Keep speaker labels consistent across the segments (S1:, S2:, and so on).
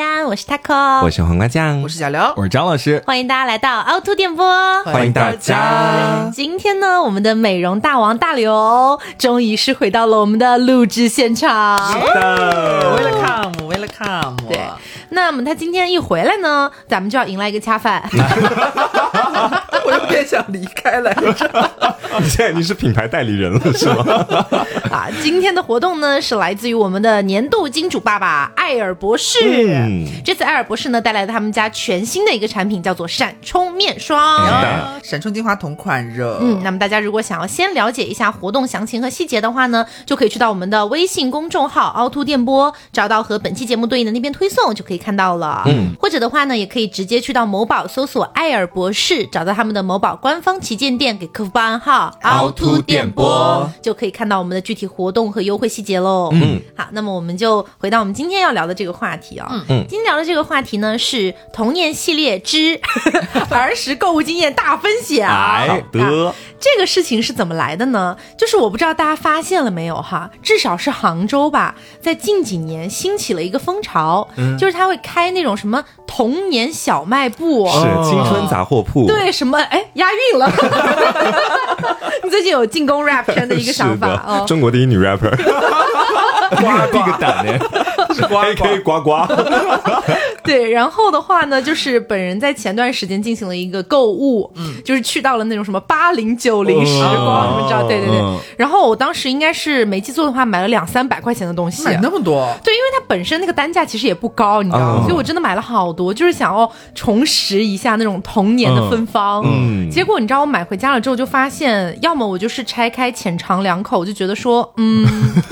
S1: 安，我是 taco，
S2: 我是黄瓜酱
S3: 我，是小刘，
S4: 我是张老师，
S1: 欢迎大家来到凹凸电波。
S2: 欢迎大家。
S1: 今天呢，我们的美容大王大刘终于是回到了我们的录制现场。
S3: Welcome，Welcome，
S1: 对，那么他今天一回来呢，咱们就要迎来一个恰 饭。
S3: 哎我有点想离 开了。
S2: 你现在已经是品牌代理人了，是 吗？
S1: 啊，今天的活动呢是来自于我们的年度金主爸爸艾尔博士。
S2: 嗯
S1: 这次艾尔博士呢带来了他们家全新的一个产品，叫做闪充面霜。
S2: 哎
S3: 闪充精华同款热，
S1: 嗯，那么大家如果想要先了解一下活动详情和细节的话呢，就可以去到我们的微信公众号“凹凸电波”，找到和本期节目对应的那篇推送就可以看到了。嗯，或者的话呢，也可以直接去到某宝搜索“艾尔博士”，找到他们的某宝官方旗舰店，给客服报暗号“
S2: 凹凸电波”，
S1: 就可以看到我们的具体活动和优惠细节喽。嗯，好，那么我们就回到我们今天要聊的这个话题啊、嗯
S2: 嗯
S1: 今天聊的这个话题呢是童年系列之 儿时购物经验大分享。啊
S2: 好的，
S1: 这个事情是怎么来的呢？就是我不知道大家发现了没有哈，至少是杭州吧，在近几年兴起了一个风潮，
S2: 嗯
S1: 就是他会开那种什么童年小卖部，
S2: 是青春杂货铺，
S1: 对什么哎押韵了。 你最近有进攻 rap 圈的一个想
S2: 是
S1: 法
S2: 的，
S1: 哦。
S2: 中国第一女 rapper，
S4: 哇，第一个胆呢，
S2: 是呱呱呱呱，
S1: 对，然后的话呢，就是本人在前段时间进行了一个购物，
S2: 嗯
S1: 就是去到了那种什么八零九零时光，你们知道，对对对。
S4: 嗯
S1: 然后我当时应该是没记错的话，买了两三百块钱的东西，
S3: 买那么多，
S1: 对，因为它本身那个单价其实也不高，你知道吗？
S2: 嗯
S1: 所以我真的买了好多，就是想要重拾一下那种童年的芬芳。
S2: 嗯嗯
S1: 结果你知道我买回家了之后，就发现，要么我就是拆开浅尝两口，就觉得说， 嗯，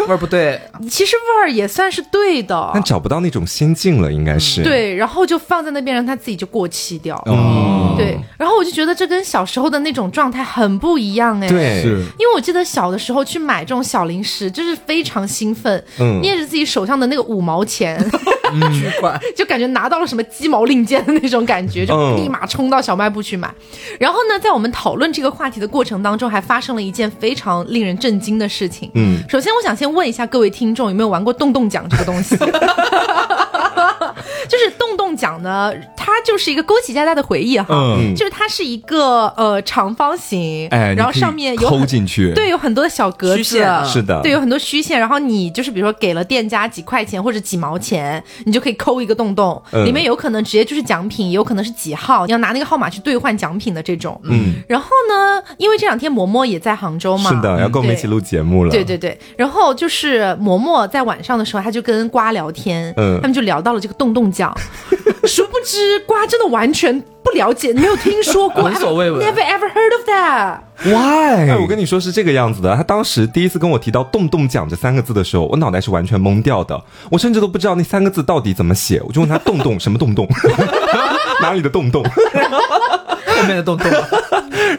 S3: 味儿 不对，
S1: 其实味儿也算是对的
S2: 但，找不到那种心境了，应该是。
S1: 对，然后就放在那边，让它自己就过期掉。
S2: 嗯，
S1: 对，然后我就觉得这跟小时候的那种状态很不一样哎。
S2: 对，
S4: 是
S1: 因为我记得小的时候去买这种小零食，就是非常兴奋，
S2: 嗯
S1: 捏着自己手上的那个五毛钱，
S3: 巨款，
S1: 就感觉拿到了什么鸡毛令箭的那种感觉，就
S2: 嗯
S1: 立马冲到小卖部去买。然后呢，在我们讨论这个话题的过程当中，还发生了一件非常令人震惊的事情。
S2: 嗯，
S1: 首先，我想先问一下各位听众，有没有玩过洞洞奖这个东西？ 就是洞洞奖呢，它就是一个勾起大家的回忆哈，
S4: 嗯，
S1: 就是它是一个呃长方形，
S4: 哎，
S1: 然后
S4: 你可以
S1: 上面有
S4: 抠
S1: 很
S4: 进去，
S1: 对，有很多的小格
S3: 虚
S1: 子
S3: 线，啊
S2: 是的，
S1: 对，有很多虚线，然后你就是比如说给了店家几块钱或者几毛钱，你就可以抠一个洞洞，
S2: 嗯
S1: 里面有可能直接就是奖品，也有可能是几号，你要拿那个号码去兑换奖品的这种。
S2: 嗯，
S1: 然后呢，因为这两天嬷嬷也在杭州嘛，
S2: 是的，要跟我们一起录节目了。
S1: 对对对，然后就是嬷嬷在晚上的时候，她就跟瓜聊天，
S2: 嗯
S1: 他们就聊到了这个洞洞 奖，殊不知瓜真的完全不了解，没有听说过，
S3: 闻所未闻
S1: I've，never ever heard of that。
S2: ，Why？我哎
S1: 哎
S2: 跟你说是这个样子的。他当时第一次跟我提到“洞洞奖”这三个字的时候，我脑袋是完全懵掉的，我甚至都不知道那三个字到底怎么写。我就问他“洞洞”什么洞 洞，哪里的洞洞？
S3: 后面的洞洞，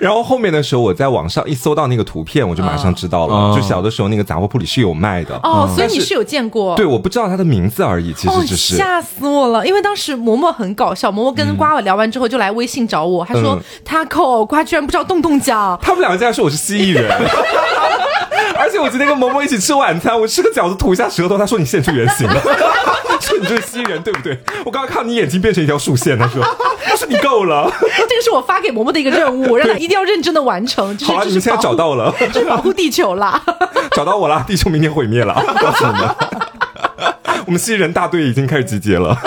S2: 然后后面的时候，我在网上一搜到那个图片，我就马上知道了。
S4: 哦
S2: 就小的时候那个杂货铺里是有卖的。
S1: 哦，所以
S2: 嗯但
S1: 你是有见过？
S2: 对，我不知道它的名字而已，其
S1: 哦，
S2: 实只是。
S1: 吓死我了！因为当时嬷嬷很搞笑，嬷嬷跟瓜娃聊完之后就来微信找我，她说
S2: 嗯
S1: ：“Taco，瓜居然不知道洞洞奖。
S2: 他们两个竟然说我是蜥蜴 人。而且我今天跟萌萌一起吃晚餐，我吃个饺子吐一下舌头，他说你现出原形了， 说你就是蜥蜴人对不对？我刚刚看你眼睛变成一条竖线，他说，他说你够了，
S1: 这个是我发给嬷嬷的一个任 务，让她一定要认真的完成。就是
S2: 好啊，
S1: 这
S2: 你
S1: 是
S2: 们现在
S1: 保
S2: 找
S1: 护，
S2: 到了，
S1: 这是保护地球啦。
S2: 找到我了，地球明天毁 灭了，告诉你们，我们蜥蜴人大队已经开始集结了，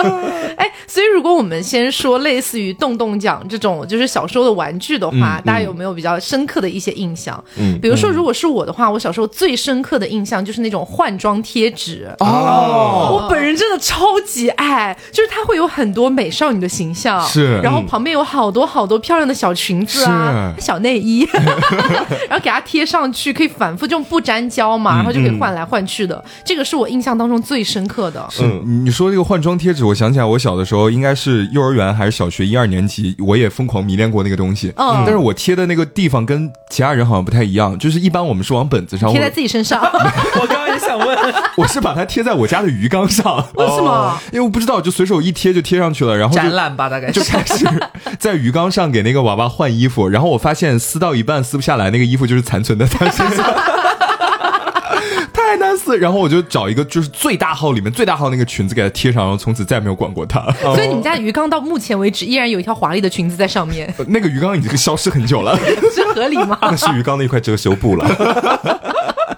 S1: 哎，所以如果我们先说类似于洞洞奖这种就是小时候的玩具的话，大家有没有比较深刻的一些印象？
S2: 嗯
S1: 比如说如果是我的话，我小时候最深刻的印象就是那种换装贴纸。
S2: 哦，
S1: 我本人真的超级爱，就是它会有很多美少女的形象，
S4: 是
S1: 然后旁边有好多好多漂亮的小裙子啊、
S4: 是
S1: 小内衣，然后给它贴上去，可以反复就不粘胶嘛，然后就可以换来换去的。这个是我印象当中最深刻的。
S4: 是你说这个换装贴纸，我想起来，我小的时候应该是幼儿园还是小学一二年级，我也疯狂迷恋过那个东西。
S1: 嗯
S4: 但是我贴的那个地方跟其他人好像不太一样，就是一般我们是往本子上，
S1: 贴
S4: 我
S2: 哦
S1: 在自己身上，
S3: 我刚刚也想问，
S4: 我是把它贴在我家的鱼缸上，哦
S1: 为什么？
S4: 因为我不知道就随手一贴就贴上去了，然后就
S3: 展览吧，大概。
S4: 就是开始 在鱼缸上给那个娃娃换衣服，然后我 发现撕到一半撕不下来，那个衣服就是残存在他身上，太太难撕。然后我就找一个就是最大号里面最大号那个裙子给它贴上，然后从此再没有管过它。
S1: 所以你们家的鱼缸到目前为止依然有一条华丽的裙子在上 面，
S4: 那个鱼缸已经消失很久了。
S1: 这合理吗？
S2: 那是鱼缸的一块遮羞布了。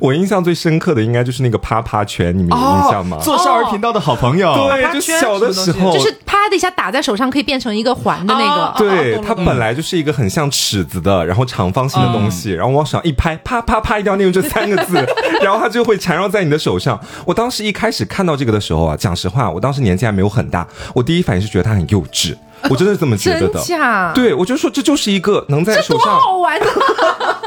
S2: 我印象最深刻的应该就是那个啪啪拳，你们有印象吗？
S4: 做少儿频道的好朋友，
S2: 哦对，
S3: 啪
S2: 就
S3: 圈
S2: 小的时
S3: 什么东
S2: 候，
S3: 西
S1: 就是啪的一下打在手上可以变成一个环的那个，
S3: 啊
S2: 哦对，
S3: 懂了
S2: 它本来就是一个很像尺子的，然后长方形的东西，
S3: 嗯
S2: 然后往手上一拍，啪啪啪，一定要念用这三个 字，然后它就会缠绕在你的手上。我当时一开始看到这个的时候啊，讲实话，我当时年纪还没有很大，我第一反应是觉得它很幼稚，我真的是这么觉得
S1: 真
S2: 的。
S1: 假？，
S2: 对，我就说这就是一个能在手
S1: 多
S2: 上，
S1: 好玩啊！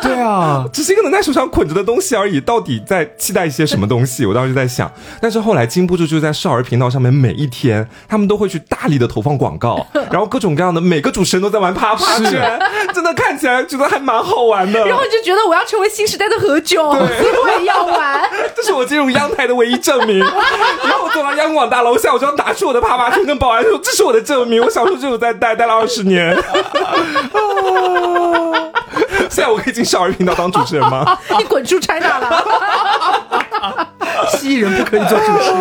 S4: 对啊，
S2: 只是一个能在手上捆着的东西而已，到底在期待一些什么东西？我当时就在想，但是后来禁不住就在少儿频道上面，每一天他们都会去大力的投放广告，然后各种各样的，每个主持人都在玩啪啪圈，真的看起来觉得还蛮好玩的。
S1: 然后你就觉得我要成为新时代的何炅，我也要玩。
S2: 这是我进入央台的唯一证明。然后我走到央广大楼下，我就要打出我的啪啪圈，跟保安说这是我的证明，我小时候就有在待，待了二十年。 啊现在我可以进少儿频道当主持人吗？
S1: 你滚出 China 了！
S3: 蜥蜴人不可以做主持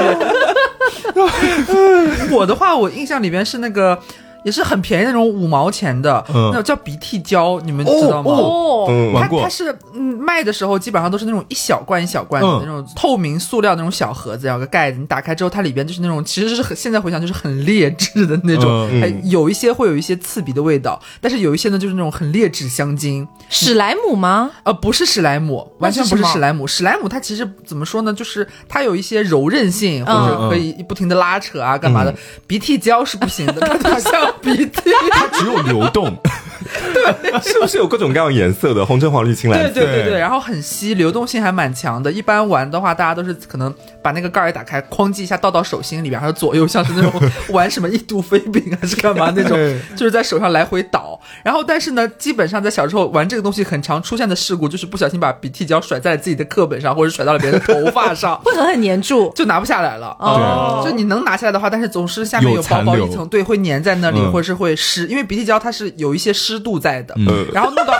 S3: 人。我的话，我印象里边是那个。也是很便宜那种五毛钱的，那种叫鼻涕胶，你们知道吗？
S1: 哦，
S2: 嗯
S4: 玩
S3: 它
S4: 过
S3: 它是嗯卖的时候基本上都是那种一小罐一小罐的、
S4: 嗯
S3: 那种透明塑料那种小盒子，然后有个盖子，你打开之后它里边就是那种其实是很现在回想就是很劣质的那种，
S2: 嗯
S3: 还有一些会有一些刺鼻的味道，但是有一些呢就是那种很劣质香精，
S1: 史莱姆吗？
S3: 呃不是史莱姆，完全不
S1: 那是
S3: 是
S1: 什么。
S3: 史莱姆，史莱姆它其实怎么说呢，就是它有一些柔韧性，或者可以不停的拉扯啊干嘛的，鼻涕胶是不行的，它就像鼻涕。
S4: 它只有流动，
S2: 是不是有各种各样颜色的，红橙黄绿 青蓝
S3: 对
S2: 紫？
S3: 对对
S4: 对
S3: 对，然后很稀，流动性还蛮强的。一般玩的话，大家都是可能把那个盖儿也打开，哐叽一下倒到手心里边，还有左右像是那 种玩什么一度飞饼还是干嘛那种，就是在手上来回倒。然后但是呢，基本上在小时候玩这个东西很常出现的事故，就是不小心把鼻涕胶甩在了自己的课本上，或者甩到了别人的头发上
S1: 会狠狠粘住。
S3: 就拿不下来了，嗯
S1: 哦
S3: 就你能拿下来的话，但是总是下面
S4: 有
S3: 有薄薄
S4: 残
S3: 一
S4: 留
S3: 层，对，会粘在那里，
S4: 嗯
S3: 或者是会湿，因为鼻涕胶它是有一些湿度在的，
S4: 嗯
S3: 然后弄到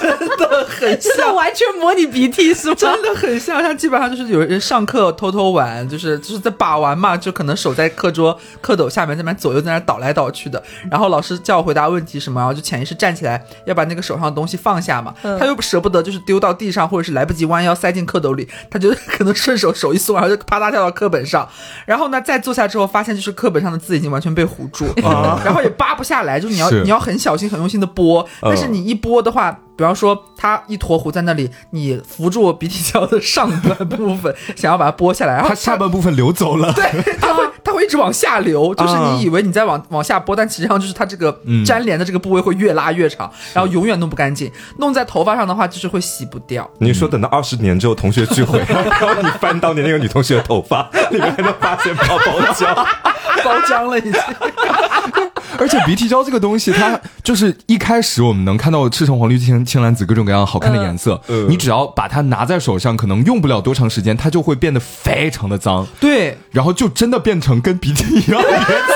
S3: 真的很
S1: 真的
S3: 像。
S1: 完全模拟鼻涕 是吗？
S3: 真的很像，像基本上就是有人上课偷偷玩，就是就是在把玩嘛，就可能手在课桌课斗下面在那边左右在那倒来倒去的，然后老师叫回答问题什么，然后就潜意识站起来要把那个手上的东西放下嘛，
S1: 嗯
S3: 他又舍不得就是丢到地上，或者是来不及弯腰塞进课斗里，他就可能顺手手一松，然后就啪嗒掉到课本上，然后呢再坐下之后发现就是课本上的字已经完全被糊住，然后也扒不下来，就是你要
S4: 是
S3: 你要很小心很用心的拨，
S4: 嗯
S3: 但是你一拨的话，比方说它一坨糊在那里，你扶住鼻涕胶的上半部 分，想要把它拨下来，然后
S4: 它下半部分啊流走了。
S3: 对，它会它会一直往下流，就是你以为你在往往下拨，但实际上就是它这个
S4: 嗯
S3: 粘连的这个部位会越拉越长，然后永远弄不干净，弄在头发上的话就是会洗不 掉。
S2: 你说等到二十年之后同学聚会，然后你翻到你那个女同学的头 发，里面还能发现泡泡胶。
S3: 包浆了已经，
S4: 而且鼻涕胶这个东西，它就是一开始我们能看到赤橙黄绿青青蓝紫各种各样好看的颜色，
S2: 嗯
S4: 你只要把它拿在手上，可能用不了多长时间，它就会变得非常的脏，
S3: 对，
S4: 然后就真的变成跟鼻涕一样的颜色。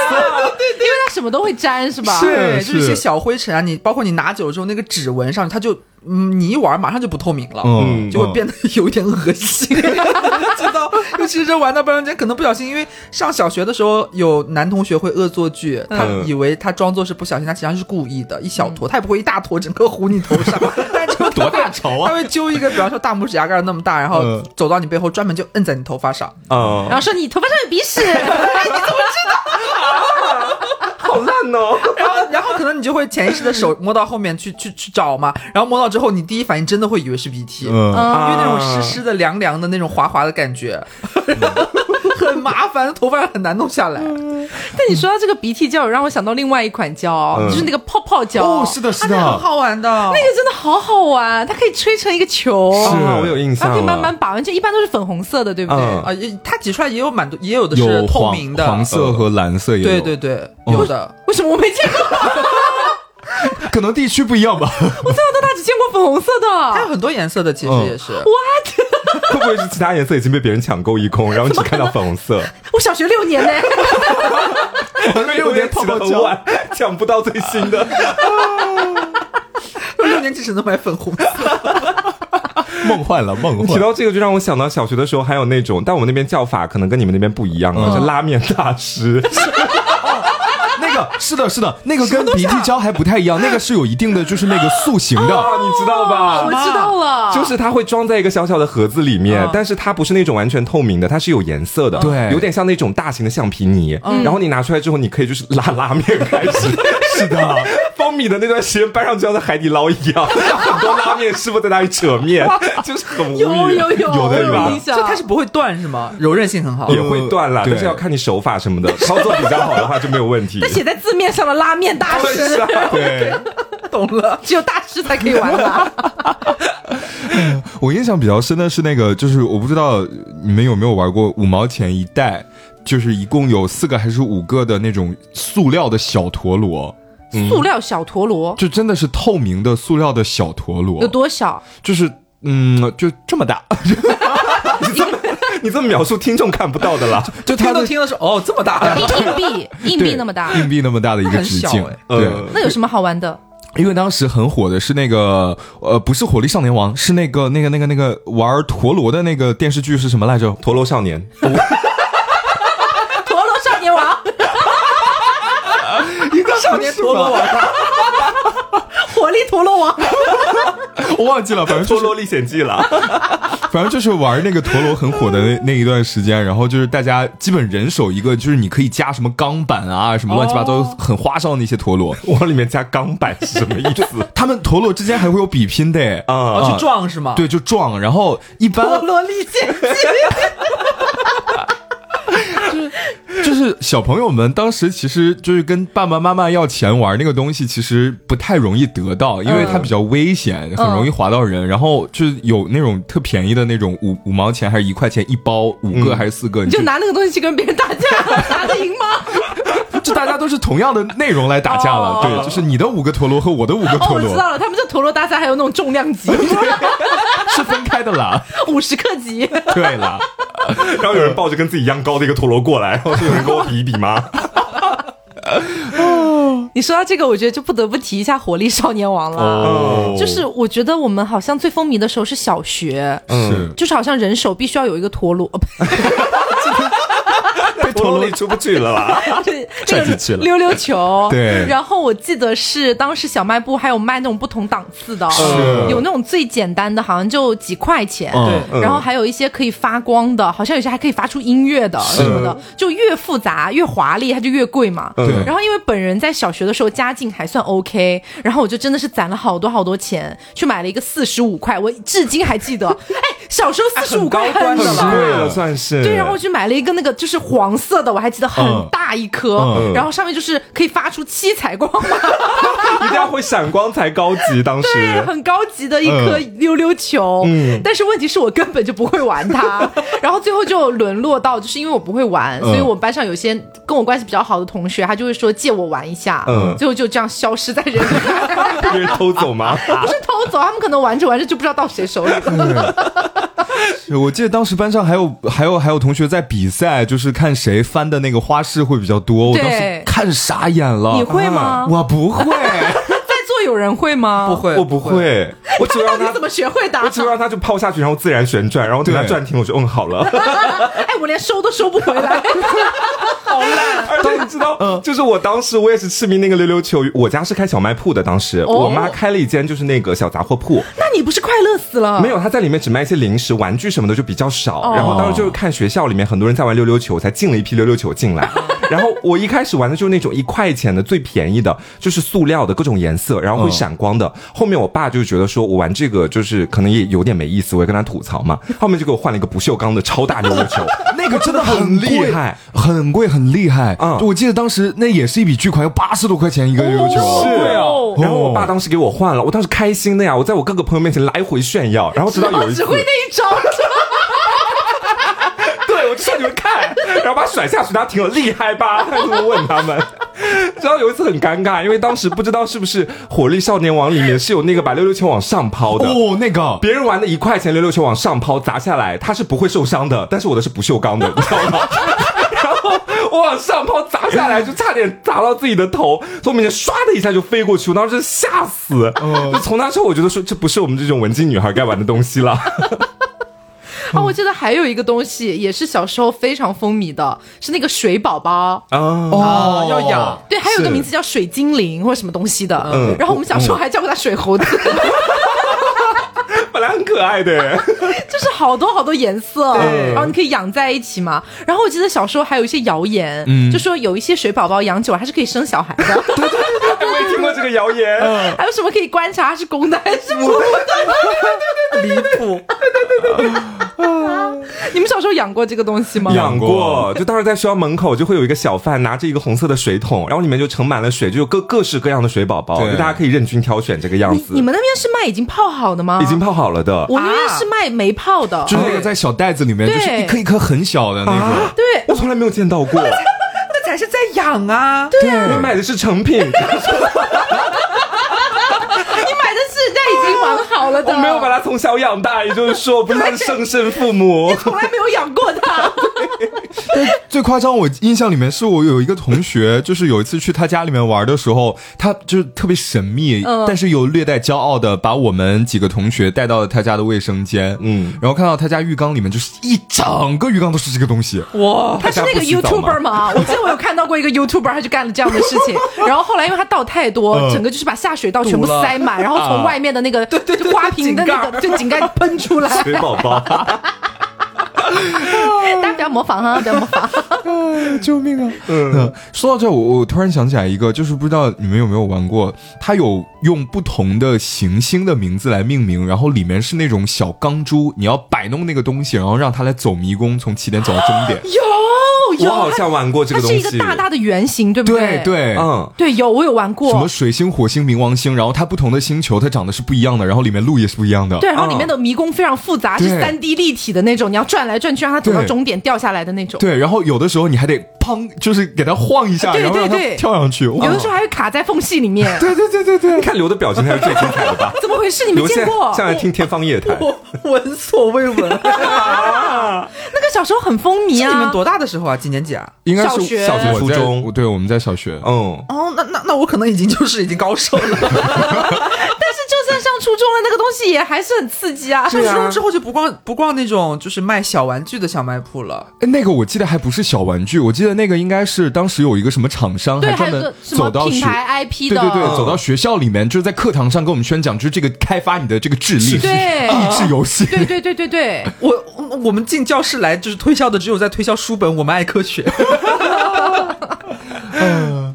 S1: 因为它什么都会粘，是吧？
S3: 对，
S4: 是
S3: 就是一些小灰尘啊，你包括你拿久了之后，那个指纹上它就。嗯，你一玩马上就不透明了，
S4: 嗯
S3: 就会变得有一点恶心， 知道？尤其是玩到半中间，可能不小心，因为上小学的时候有男同学会恶作剧，他以为他装作是不小心，他实际上是故意的，一小坨，他也不会一大坨整个糊你头 上，但就
S4: 嗯多大仇啊
S3: 他会揪一个，比方说大拇指牙盖那么大，然后
S4: 嗯
S3: 走到你背后，专门就摁在你头发上，
S2: 啊，
S1: 然后说你头发上有鼻 屎，
S2: 好烂哦！
S3: 然后，然后可能你就会潜意识的手 摸到后面去去去找嘛，然后摸到之后，你第一反应真的会以为是鼻涕，
S4: 嗯，
S2: 啊哦
S3: 因为那种湿湿的、凉凉的那种滑滑的感觉，
S4: 嗯
S3: 很麻烦，头发很难弄下来。
S1: 但你说到这个鼻涕胶，有让我想到另外一款胶，
S2: 嗯
S1: 就是那个泡泡胶。
S4: 哦，是的，是
S3: 那很
S4: 的，
S3: 好玩的，
S1: 那个真的好好玩，它可以吹成一个球，
S2: 啊，我有印
S1: 然
S2: 象
S1: 后
S2: 了。
S1: 可以慢慢把玩。就一般都是粉红色的，对不对？
S2: 嗯
S3: 啊，也它挤出来也有蛮多，也有的是
S4: 有
S3: 透
S4: 黄
S3: 明
S4: 黄
S3: 的，嗯
S4: 色和蓝色也有，哦
S3: 对对，对，有的。
S1: 为什么我没见过？
S4: 可能地区不一样吧。
S1: 我从小到大只见过粉红色的。
S3: 它有很多颜色的，其实也是。
S4: 嗯
S1: What？
S2: 会不会是其他颜色已经被别人抢购一 空，然后你只看到粉红 色？
S1: 我小学六年呢，
S2: 六年起的很晚，抢不到最新 的。
S3: 六年级只能买粉红色，
S4: 梦幻了，梦
S2: 提
S4: 幻。
S2: 到这个，就让我想到小学的时候，还有那种，但我们那边叫法可能跟你们那边不一样啊，叫拉面大师。
S4: 那个是的，是的，那个跟鼻涕胶还不太一样，那个是有一定的就是那个塑形的。
S2: 啊，你知道吧？
S1: 我知道了，
S2: 就是它会装在一个小小的盒子里面，
S3: 嗯
S2: 但是它不是那种完全透明的，它是有颜色的，
S4: 对
S2: 有点像那种大型的橡皮泥。然后你拿出来之后，你可以就是拉拉面开始。 是的，方米的那段时间，班上就像在海底捞一样，很多拉面师傅在那里扯面，就是很无语。
S1: 有有有
S2: 有的嗯
S1: 我
S2: 吧
S1: 有印象，
S3: 就它是不会断是
S4: 啊
S3: 吗？柔韧性很好。
S2: 也会断了，
S4: 对
S2: 但是要看你手法什么的，操作比较好的话就没有问题。
S1: 它写在字面上的拉面大
S2: 对是
S1: 师，
S2: 啊
S4: 对，
S3: 懂了。
S1: 只有大师才可以玩 的。
S4: 我印象比较深的是那个，就是我不知道你们有没有玩过五毛钱一袋，就是一共有四个还是五个的那种塑料的小陀螺，嗯
S1: 塑料小陀螺
S4: 就真的是透明的塑料的小陀螺
S1: 有，多 小？
S4: 就是嗯，就这么大，
S2: 你这么描述，听众看不到的啦。
S4: 就它
S3: 听都
S4: 的
S3: 听的是哦，这么 大，
S1: 硬硬币，硬币那么大
S4: 对，硬币那么大的一个
S3: 很
S4: 直
S3: 小
S4: 径，
S3: 哎
S4: 对。
S2: 呃
S1: 那有什么好玩的？
S4: 因为当时很火的是那个，呃，不是《火力少年王》，是那个、那个、那个、那个玩陀螺的那个电视剧是什么来着？
S2: 陀螺少年，
S1: 陀螺少年王，
S4: 一个
S3: 少年 陀螺，王
S1: 火力陀螺
S4: 嗯
S1: 王，
S4: 我忘记了，反正就
S2: 陀
S4: 是
S2: 螺历险记了。
S4: 反正就是玩那个陀螺很火的 那那一段时间，然后就是大家基本人手一个，就是你可以加什么钢板啊，什么乱七八糟很花哨的那些陀螺，
S2: 哦往里面加钢板是什么 意思？
S4: 他们陀螺之间还会有比拼的哎
S2: 啊
S3: 哦，去撞是吗？，
S4: 对，就撞，然后一般
S3: 陀螺历险
S4: 就是小朋友们当时其实就是跟爸爸妈妈要钱玩那个东西，其实不太容易得到，因为它比较危险，很容易划到
S1: 嗯
S4: 人。然后就是有那种特便宜的那种五五毛钱还是一块钱一包，五个还是四个，
S1: 嗯你
S4: 你
S1: 就拿那个东西去跟别人打 架，打得赢吗？
S4: 就大家都是同样的内容来打架 了。对，就是你的五个陀螺和我的五个
S1: 哦，
S4: 陀
S1: 我知
S4: 螺
S1: 道了，他们这陀螺大赛还有那种重量级，
S4: 是分开的啦。
S1: 五十克级，
S4: 对啦，
S2: 然后有人抱着跟自己一样高的一个陀螺过来，然后说有人跟我比一比 吗？
S1: 你说到这个，我觉得就不得不提一下《火力少年王》了。哦
S4: 哦
S1: 就是我觉得我们好像最风靡的时候是小学，
S4: 是
S1: 就是好像人手必须要有一个陀螺，呃不
S2: 被陀螺里出不去了 啦。
S1: 对，
S4: 站
S1: 那
S4: 进去
S1: 个
S4: 了
S1: 溜溜球。
S4: 对
S1: 然后我记得是当时小卖部还有卖那种不同档次的，哦有那种最简单的，好像就几块钱。
S4: 嗯
S3: 对
S2: 嗯
S1: 然后还有一些可以发光的，好像有些还可以发出音乐的什么的，就越复杂越华丽，它就越贵嘛。
S4: 对
S2: 嗯
S1: 然后因为本人在小学的时候家境还算 OK，然后我就真的是攒了好多好多钱去买了一个四十五块，我至今还记 得。哎，小时候四十五块
S3: 很高端的
S1: 很
S3: 了
S1: 贵
S2: 对了，算是
S1: 对，然后我去买了一个那个就是黄色的，我还记得很
S4: 嗯
S1: 大一颗，
S4: 嗯
S1: 然后上面就是可以发出七彩光芒，
S2: 一定要会闪光才高级。当
S1: 对，
S2: 时
S1: 很高级的一颗溜溜球。但是问题是我根本就不会玩它， 然后最后就沦落到就是因为我不会玩，所以我们班上有些跟我关系比较好的同学，他就会说借我玩一下，
S2: 嗯
S1: 最后就这样消失在人海。
S2: 被人偷走吗？
S1: 不是偷走，他们可能玩着玩着就不知道到谁手里了。
S4: 是我记得当时班上还有还有还有同学在比赛，就是看谁翻的那个花式会比较多。我当时
S1: 对
S4: 看傻眼了，
S1: 你会吗
S4: 我不会，
S1: 在座有人会吗？
S3: 不。会，
S2: 我不，会，我只会
S1: 到
S2: 让
S1: 底
S2: 他
S1: 怎，么学会的？
S2: 我只会让他就抛下去，然后自然旋转，然后等他
S4: 对
S2: 转停，我就嗯好了。
S1: 哎，我连收都收不回来。
S2: 而且你知道，就是我当时我也是痴迷那个溜溜球，我家是开小卖铺的，当
S1: 哦
S2: 时我妈开了一间就是那个小杂货铺，
S1: 那你不是快乐死了？
S2: 没有，他在里面只卖一些零食、玩具什么的，就比较少。然后当时就是看学校里面很多人在玩溜溜球，才进了一批溜溜球进来。然后我一开始玩的就是那种一块钱的最便宜的，就是塑料的各种颜色，然后会闪光的。后面我爸就觉得说我玩这个就是可能也有点没意思，我也跟他吐槽嘛。后面就给我换了一个不锈钢的超大溜溜球，
S4: 那个真的
S2: 很
S4: 很
S2: 厉
S4: 贵
S2: 害，
S4: 很贵，很厉害。
S2: 嗯
S4: 就我记得当时那也是一笔巨款，要八十多块钱一个溜溜球。
S2: 对啊
S1: 哦
S2: 然后我爸当时给我换了，我当时开心的呀，我在我各个朋友面前来回炫耀，然后直到有一次
S1: 哦只，会那一 招，
S2: 对我就说你们看，然后把他甩下去，他挺有厉害吧？他这么问他们。 直到有一次很尴尬，因为当时不知道是不是《火力少年王》里面是有那个把溜溜球往上抛的。
S4: 哦，那个
S2: 别人玩的一块钱溜溜球往 上抛砸下来，他是不会受伤的，但是我的是不锈钢的，你知道吗？然后我往上抛砸下来，就差点砸到自己的头，从我面前唰的一下就飞过去，我当时真吓死。就从那之后，我觉得说这不是我们这种文静女孩该玩的东西了。
S1: 啊，我记得还有一个东西也是小时候非常风靡的，是那个水宝宝。
S2: 啊，
S3: 哦，要养。
S1: 对，还有一个名字叫水精灵或者什么东西的，
S2: 嗯
S1: 然后我们小时候还叫过它水 猴子，
S2: 本来很可爱的，
S1: 就是好多好多颜色，
S3: 对
S1: 然后你可以养在一起嘛。然后我记得小时候还有一些谣言，
S4: 嗯
S1: 就说有一些水宝宝养久了它是可以生小孩的，
S2: 我也听过这个谣言。
S1: 还有什么可以观察它是公的还是母的。
S3: 离谱，
S1: 你们小时候养过这个东西吗？
S2: 养
S4: 过
S2: 过，就当时在学校门口就会有一个小贩拿着一个红色的水桶，然后里面就盛满了水，就有各各式各样的水宝宝，
S4: 对
S2: 就大家可以任君挑选这个样
S1: 你
S2: 子。
S1: 你们那边是卖已经泡好的吗？
S2: 已经泡好了的，
S1: 我那边是卖没泡的。
S4: 就是那个在小袋子里面，
S1: 对啊
S4: 就是一颗一颗很小的那种。
S1: 对，
S2: 我从来没有见到过。
S3: 那才是在养啊。
S4: 对
S2: 我买的是成品，
S1: 你买的是人家已经玩好了的，
S2: 哦我没有把它从小养大，也就是说，我不是他的生身父母。
S1: 从来没有养过它。
S4: 最夸张，我印象里面是我有一个同学，就是有一次去他家里面玩的时候，他就是特别神秘，
S1: 嗯
S4: 但是又略带骄傲的把我们几个同学带到了他家的卫生间，
S2: 嗯
S4: 然后看到他家浴缸里面就是一整个浴缸都是这个东西，
S3: 哇，
S1: 他是那个
S4: 大家不洗澡吗
S1: YouTuber 吗？我记得我有看到过一个 YouTuber，他就干了这样的事情。然后后来因为他倒太多，
S4: 嗯
S1: 整个就是把下水道全部
S3: 堵了
S1: 塞满，然后从外面的那个对对花瓶的那个就井盖喷出 来。
S2: 水宝宝，
S1: 大家不要模仿啊，不要模仿。。
S4: 救命啊！嗯，说到这，我我突然想起来一个，就是不知道你们有没有玩过，它有用不同的行星的名字来命名，然后里面是那种小钢珠，你要摆弄那个东西，然后让它来走迷宫，从起点走到终点
S1: 有
S2: 我
S1: 有，
S2: 好像玩过这
S1: 它
S2: 个
S1: 是
S2: 东
S1: 一个
S2: 西。
S1: 大大的圆形，对不
S4: 对
S1: 对
S4: 对，
S2: 嗯，
S1: 对，有我有玩
S4: 什么
S1: 过。
S4: 水星、火星、冥王星，然后它不同的星球它长得是不一样的，然后里面路也是不一样的。
S1: 对，然后里面的迷宫非常复杂，
S4: 对
S1: 是三 D 立体的那种，你要转来转去，让它走到
S4: 嗯对
S1: 终点掉下来的那种。
S4: 对然后有的时候你还得砰，就是给它晃一下，
S1: 啊对
S4: 然后让它
S1: 对对
S4: 跳上去。有
S1: 有的时候还会卡在缝隙里面，
S4: 对对对对
S2: 你
S4: 对，
S2: 看刘的表情才是最精彩的吧？
S1: 怎么回事？你没
S2: 刘现
S1: 见过？
S2: 像在听天方夜谭。
S3: 我闻所未 闻。
S1: 那个小时候很风靡
S3: 是
S1: 啊。
S3: 你们多大的时候啊？几年级啊？
S4: 应该
S1: 小
S4: 是
S1: 学
S2: 小学
S4: 我
S2: 初
S4: 在
S2: 中
S4: 我对，我们在小学。
S2: 嗯，
S3: 哦，那那那我可能已经就是已经高手了。
S1: 但是就算上初中了，那个东西也还是很刺激啊。
S3: 上初中之后就不逛不逛那种就是卖小玩具的小卖铺了。
S4: 哎，那个我记得还不是小玩具，我记得那个应该是当时有一个什么厂商
S1: 对，还
S4: 专
S1: 有
S4: 门
S1: 个什么
S4: 走到
S1: 品
S4: 学，
S1: 牌 IP
S4: 对
S1: 的，
S4: 对对，
S2: 嗯
S4: 走到学校里面，就是在课堂上跟我们宣讲，就是这个开发你的这个智力，
S1: 对
S4: 益智游戏。
S1: 对对对对对
S3: 我我我们进教室来就是推销的只有在推销书本，我们爱科 学。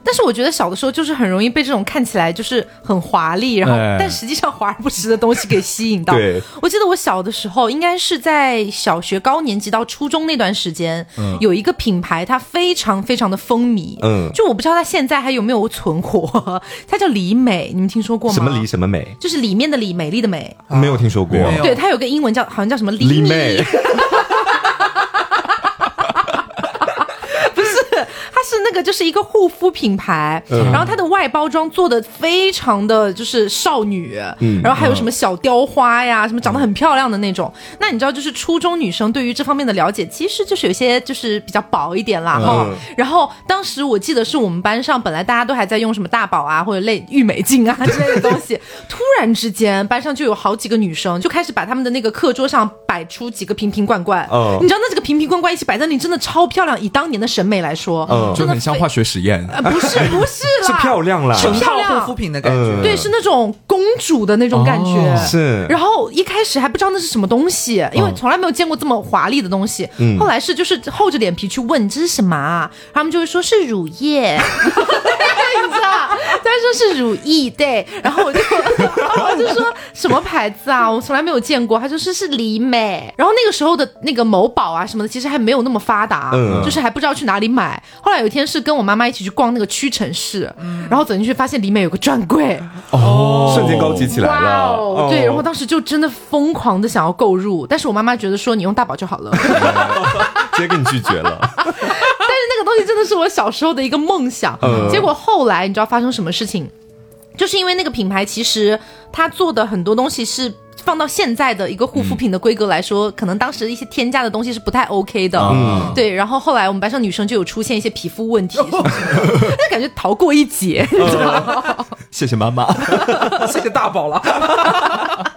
S1: 但是我觉得小的时候就是很容易被这种看起来就是很华丽，然后、
S4: 哎
S1: 但实际上华而不实的东西给吸引到。
S2: 对
S1: 我记得我小的时候，应该是在小学高年级到初中那段时间，有一个品牌它非常非常的风靡，
S2: 嗯
S1: 就我不知道它现在还有没有存活， 它叫李美，你们听说过吗？
S2: 什么梨？什么美，
S1: 就是里面的里，美丽的美。
S2: 没有听说过。
S4: 没有
S1: 对，它有个英文叫好像叫什么李
S2: 梨
S1: 米，
S2: 妹，
S1: 不是，它是那个就是一个护肤品牌，然后它的外包装做的非常的就是少女，然后还有什么小雕花呀，什么长得很漂亮的那种。那你知道，就是初中女生对于这方面的了解，其实就是有些就是比较薄一点啦哈、
S2: 嗯
S1: 然后当时我记得是我们班上本来大家都还在用什么大宝啊或者类郁美净啊之类的东西，突然之间班上就有好几个女生就开始把她们的那个课桌上摆出几个瓶瓶罐罐，
S2: 嗯
S1: 你知道那这个瓶瓶罐罐一起摆在那里真的超漂亮，以当年的审美来说，
S2: 嗯
S4: 就
S1: 真的
S4: 很像
S1: 非
S4: 化学实验，
S1: 呃，不是不是啦，
S2: 是漂亮啦，
S1: 是
S3: 成
S1: 漂
S3: 套
S1: 亮
S3: 护肤品的感觉。
S2: 嗯
S1: 对，是那种公主的那种感觉。
S4: 哦
S2: 是
S1: 然后一开始还不知道那是什么东西，因为从来没有见过这么华丽的东西。后来是就是厚着脸皮去问这是什么、啊，他们就会说是乳液， 对你知道，他说是乳液，对。然后我就我就说什么牌子啊，我从来没有见过。他说是是李美。然后那个时候的那个某宝啊什么的，其实还没有那么发达，
S2: 嗯
S1: 就是还不知道去哪里买。后来有一天是跟我妈妈一起去逛那个屈臣氏，然后走进去发现李美有个专柜。
S4: 哦
S2: 瞬间高级起来
S1: 哇
S2: 了。
S1: 哦，对，然后当时就真的疯狂的想要购入，但是我妈妈觉得说你用大宝就好了。但是
S2: 直接给你拒绝了。
S1: 那个东西真的是我小时候的一个梦想，
S2: 嗯
S1: 结果后来你知道发生什么事情？就是因为那个品牌其实它做的很多东西是。放到现在的一个护肤品的规格来说，可能当时一些添加的东西是不太 OK 的。
S4: 嗯
S1: 对，然后后来我们班上女生就有出现一些皮肤问题，那感觉逃过一劫。
S4: 谢谢妈妈。
S3: 谢谢大宝了。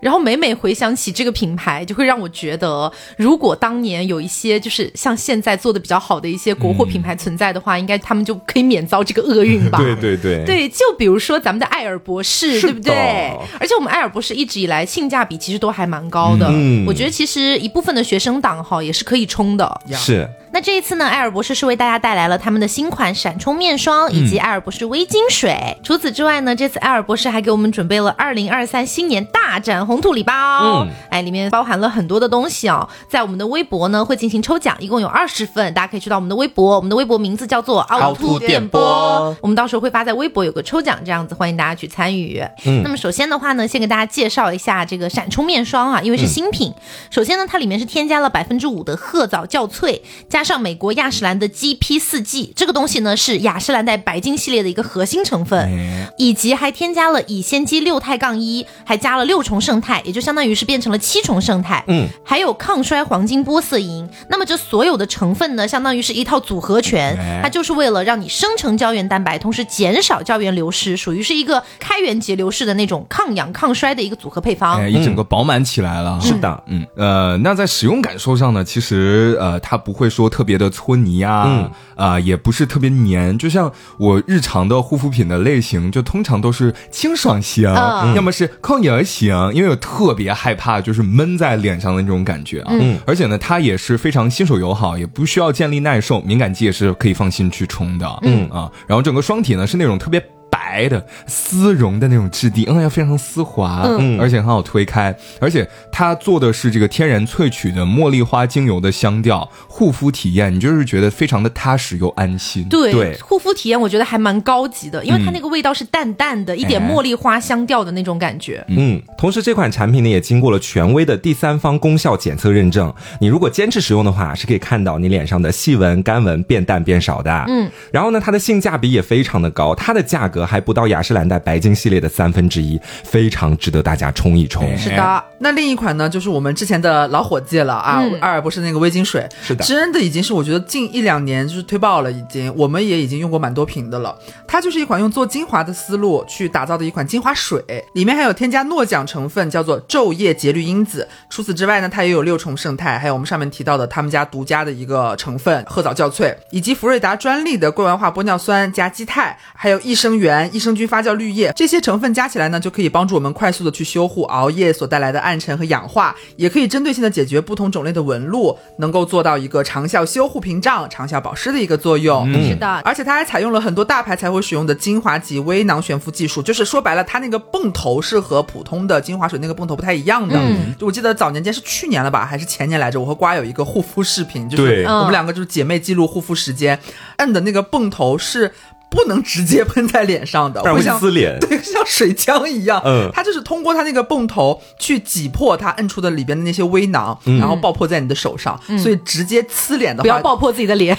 S1: 然后每每回想起这个品牌，就会让我觉得，如果当年有一些就是像现在做的比较好的一些国货品牌存在的话，应该他们就可以免遭这个厄运吧。
S4: 对对对，
S1: 对，就比如说咱们的艾尔博士，
S4: 是
S1: 对不对
S4: 的？
S1: 而且我们艾尔博士一直以来性价比其实都还蛮高的，
S4: 嗯
S1: 我觉得其实一部分的学生党哈也是可以冲的。
S4: 是
S1: 那这一次呢，艾尔博士是为大家带来了他们的新款闪充面霜以及艾尔博士微晶水。除此之外呢，这次艾尔博士还给我们准备了二零二三新年大展红土礼包，哎，里面包含了很多的东西哦。在我们的微博呢会进行抽奖，一共有二十份，大家可以去到我们的微博，我们的微博名字叫做凹凸电波，我们到时候会发在微博有个抽奖，这样子欢迎大家去参与。那么首先的话呢，先给大家介绍一下这个闪充面霜啊，因为是新品。首先呢，它里面是添加了百分之五的褐藻酵萃，加上美国雅诗兰的 GP 四季，这个东西呢是雅诗兰黛白金系列的一个核心成分，以及还添加了乙酰基六肽杠一，还加了六重胜肽，也就相当于是变成了七重胜肽。嗯，还有抗衰黄金玻色银。那么这所有的成分呢，相当于是一套组合拳，它就是为了让你生成胶原蛋白，同时减少胶原流失，属于是一个开源节流式的那种抗氧抗衰的一个组合配方。
S4: 哎，一整个饱满起来了。
S2: 是的，
S4: 嗯，呃，那在使用感受上呢，其实呃，它不会说特别的搓泥啊，
S2: 嗯
S4: 啊、也不是特别黏。就像我日常的护肤品的类型，就通常都是清爽型，
S1: 嗯
S4: 要么是抗油型，因为我特别害怕就是闷在脸上的那种感觉啊。嗯，而且呢，它也是非常新手友好，也不需要建立耐受，敏感肌也是可以放心去冲的。嗯啊，然后整个霜体呢是那种特别。白的丝绒的那种质地，嗯，要非常丝滑，嗯，而且很好推开，而且它做的是这个天然萃取的茉莉花精油的香调，护肤体验你就是觉得非常的踏实又安心。
S1: 对，
S2: 对
S1: 护肤体验我觉得还蛮高级的，因为它那个味道是淡淡的，一点茉莉花香调的那种感觉。
S2: 嗯，同时这款产品呢也经过了权威的第三方功效检测认证，你如果坚持使用的话，是可以看到你脸上的细纹、干纹变淡变少的。嗯，然后呢，它的性价比也非常的高，它的价格还不到雅诗兰黛白金系列的三分之一，非常值得大家冲一冲。
S1: 是的，
S3: 那另一款呢，就是我们之前的老伙计了啊，
S1: 嗯
S3: 艾尔博士那个微晶水，
S2: 是的
S3: 真的已经是我觉得近一两年就是推爆了，已经我们也已经用过蛮多瓶的了。它就是一款用做精华的思路去打造的一款精华水，里面还有添加诺奖成分，叫做昼夜节律因子。除此之外呢，它也有六重胜肽，还有我们上面提到的他们家独家的一个成分褐藻酵萃，以及福瑞达专利的过氧化玻尿酸加基肽，还有益生元、益生菌发酵绿叶这些成分加起来呢，就可以帮助我们快速的去修护熬夜所带来的暗沉和氧化，也可以针对性的解决不同种类的纹路，能够做到一个长效修护屏障、长效保湿的一个作用。嗯
S1: 是的，
S3: 而且它还采用了很多大牌才会使用的精华级微囊悬浮技术，就是说白了，它那个泵头是和普通的精华水那个泵头不太一样的。
S1: 嗯
S3: 就我记得早年间是去年了吧，还是前年来着，我和瓜有一个护肤视频，就是
S4: 对
S1: 嗯
S3: 我们两个就是姐妹记录护肤时间，摁的那个泵头是。不能直接喷在脸上的，
S2: 不然
S3: 会
S2: 会
S3: 像
S2: 撕 脸
S3: 对，像水枪一样。
S2: 嗯
S3: 它就是通过它那个泵头去挤破它摁出的里边的那些微囊，然后爆破在你的手上。所以直接呲脸的
S1: 嗯不
S3: 话，
S1: 要爆破自己的脸。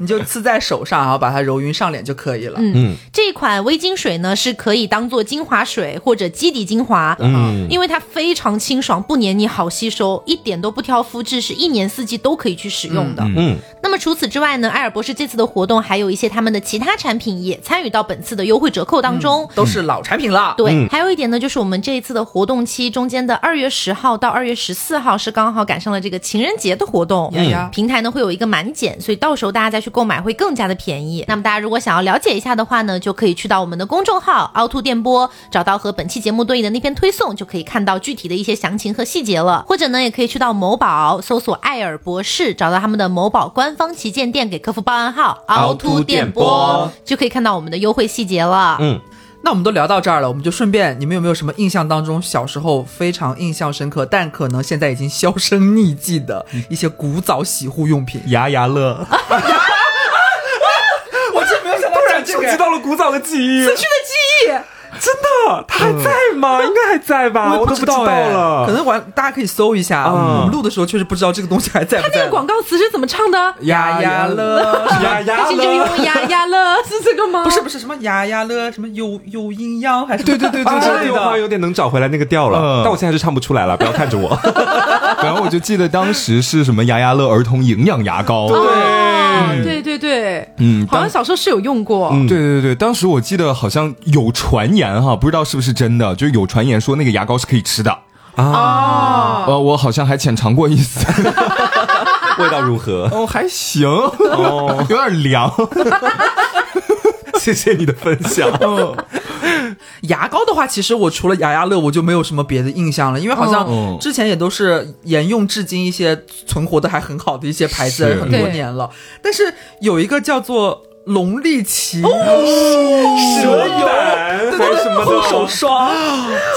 S3: 你就刺在手上，然后把它揉匀上脸就可以了。
S1: 嗯，这款微晶水呢是可以当做精华水或者基底精华，嗯，因为它非常清爽，不黏腻，好吸收，一点都不挑肤质，是一年四季都可以去使用的。
S2: 嗯，
S1: 那么除此之外呢，艾尔博士这次的活动还有一些他们的其他产品也参与到本次的优惠折扣当中。
S3: 都是老产品了。
S1: 对，还有一点呢，就是我们这一次的活动期中间的二月十号到二月十四号是刚好赶上了这个情人节的活动，
S3: 呀呀
S1: 平台呢会有一个满减，所以到时候大家再去购买会更加的便宜。那么大家如果想要了解一下的话呢，就可以去到我们的公众号“凹凸电波”，找到和本期节目对应的那篇推送，就可以看到具体的一些详情和细节了。或者呢，也可以去到某宝搜索“爱尔博士”，找到他们的某宝官方旗舰店，给客服报暗号“凹凸电波”，就可以看到我们的优惠细节了。嗯，
S3: 那我们都聊到这儿了，我们就顺便，你们有没有什么印象当中小时候非常印象深刻，但可能现在已经销声匿迹的一些古早洗护用品？
S4: 牙牙 乐，
S3: 我真没有想到
S2: 突然触及到了古早的记忆。
S3: 去的记忆。
S2: 真的，他还在吗？应该还在吧？
S3: 嗯我也
S2: 我
S3: 不
S2: 都
S3: 知
S2: 知道
S3: 道哎
S2: 了。
S3: 可能玩大家可以搜一下。
S2: 嗯
S3: 我们录的时候确实不知道这个东西还在不
S1: 那
S3: 在
S1: 个。广告词是怎么唱的？
S3: 呀呀乐，
S2: 呀呀
S1: 开心就
S5: 嗯
S2: 了，
S1: 用呀呀乐， 是这个吗？
S3: 不是不是什么呀呀乐，什么有有阴阳还是
S4: 对对对对
S2: 啊
S4: 对
S3: 对
S2: 这个话有点能找回来那个调了
S4: 嗯，
S2: 但我现在是唱不出来了，不要看着 我。
S4: 然后我就记得当时是什么牙牙乐儿童营养牙膏，
S1: 哦，对对对，
S4: 嗯，
S1: 好
S4: 当
S1: 像小时候是有用过。
S2: 嗯
S4: 对对对，当时我记得好像有传言哈，不知道是不是真的，就是有传言说那个牙膏是可以吃的，
S1: 哦，
S4: 呃，我好像还浅尝过一 次，
S2: 味道如何？
S3: 嗯
S4: 哦，还行，哦，有点凉，
S2: 谢谢你的分享。
S3: 嗯牙膏的话，其实我除了牙牙乐，我就没有什么别的印象了，因为好像
S4: 嗯
S3: 之前也都是沿用至今一些存活的还很好的一些牌子，
S4: 是
S3: 很多
S1: 对
S3: 年了。但是有一个叫做龙力奇
S2: 蛇油还有什么
S3: 护手
S2: 的，
S3: 霜，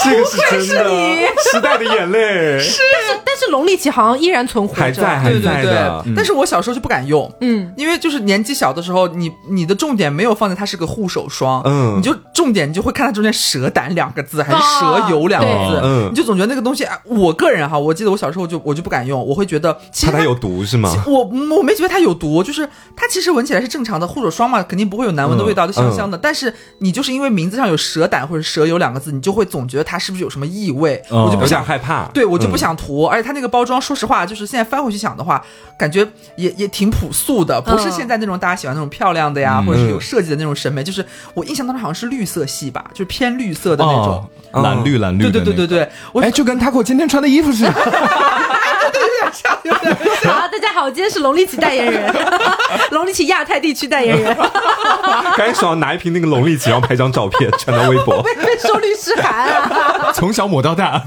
S2: 这个是真的，时代的眼泪
S1: 但是但是龙力奇好像依然存活着，
S2: 还在，还
S3: 对对
S2: 在
S3: 对
S2: 的。。嗯
S3: 但是我小时候就不敢用，
S1: 嗯，
S3: 因为就是年纪小的时候，你你的重点没有放在它是个护手霜，
S2: 嗯
S3: 你就重点你就会看它中间蛇胆两个字还是
S1: 啊
S3: 蛇油两个
S2: 对
S3: 字，
S2: 嗯
S3: 你就总觉得那个东西，啊我个人哈，我记得我小时候就我就不敢用，我会觉得其
S2: 怕
S3: 实
S2: 它有毒是吗？
S3: 我我没觉得它有毒，就是它其实闻起来是正常的护手霜嘛，肯定不会有难闻的味道，
S2: 嗯
S3: 就香香的。但是你就是因为名字上有蛇胆或者蛇油两个字，你就会总觉得它是不是有什么异味，
S4: 嗯
S3: 我就不
S2: 哦有
S3: 想
S2: 点害怕。
S3: 对，我就不
S2: 嗯。
S3: 想涂，而且它那个包装，说实话，就是现在翻回去想的话，感觉也也挺朴素的，不是
S1: 嗯
S3: 现在那种大家喜欢那种漂亮的
S4: 嗯
S3: 呀，或者是有设计的那种审美。就是我印象当中好像是绿色系吧，就是偏绿色的那种。
S4: 哦蓝绿蓝绿
S3: 对
S4: 的，
S3: 对对对，对，我
S4: 哎，就跟 Taco 今天穿的衣服似的，
S1: 好，大家好，今天是龙力奇代言人，龙力奇亚太地区代言人，
S2: 赶紧手上拿一瓶那个龙力奇，然后拍张照片，传到微 博。
S1: 被收律师函啊。
S4: 从小抹到 大，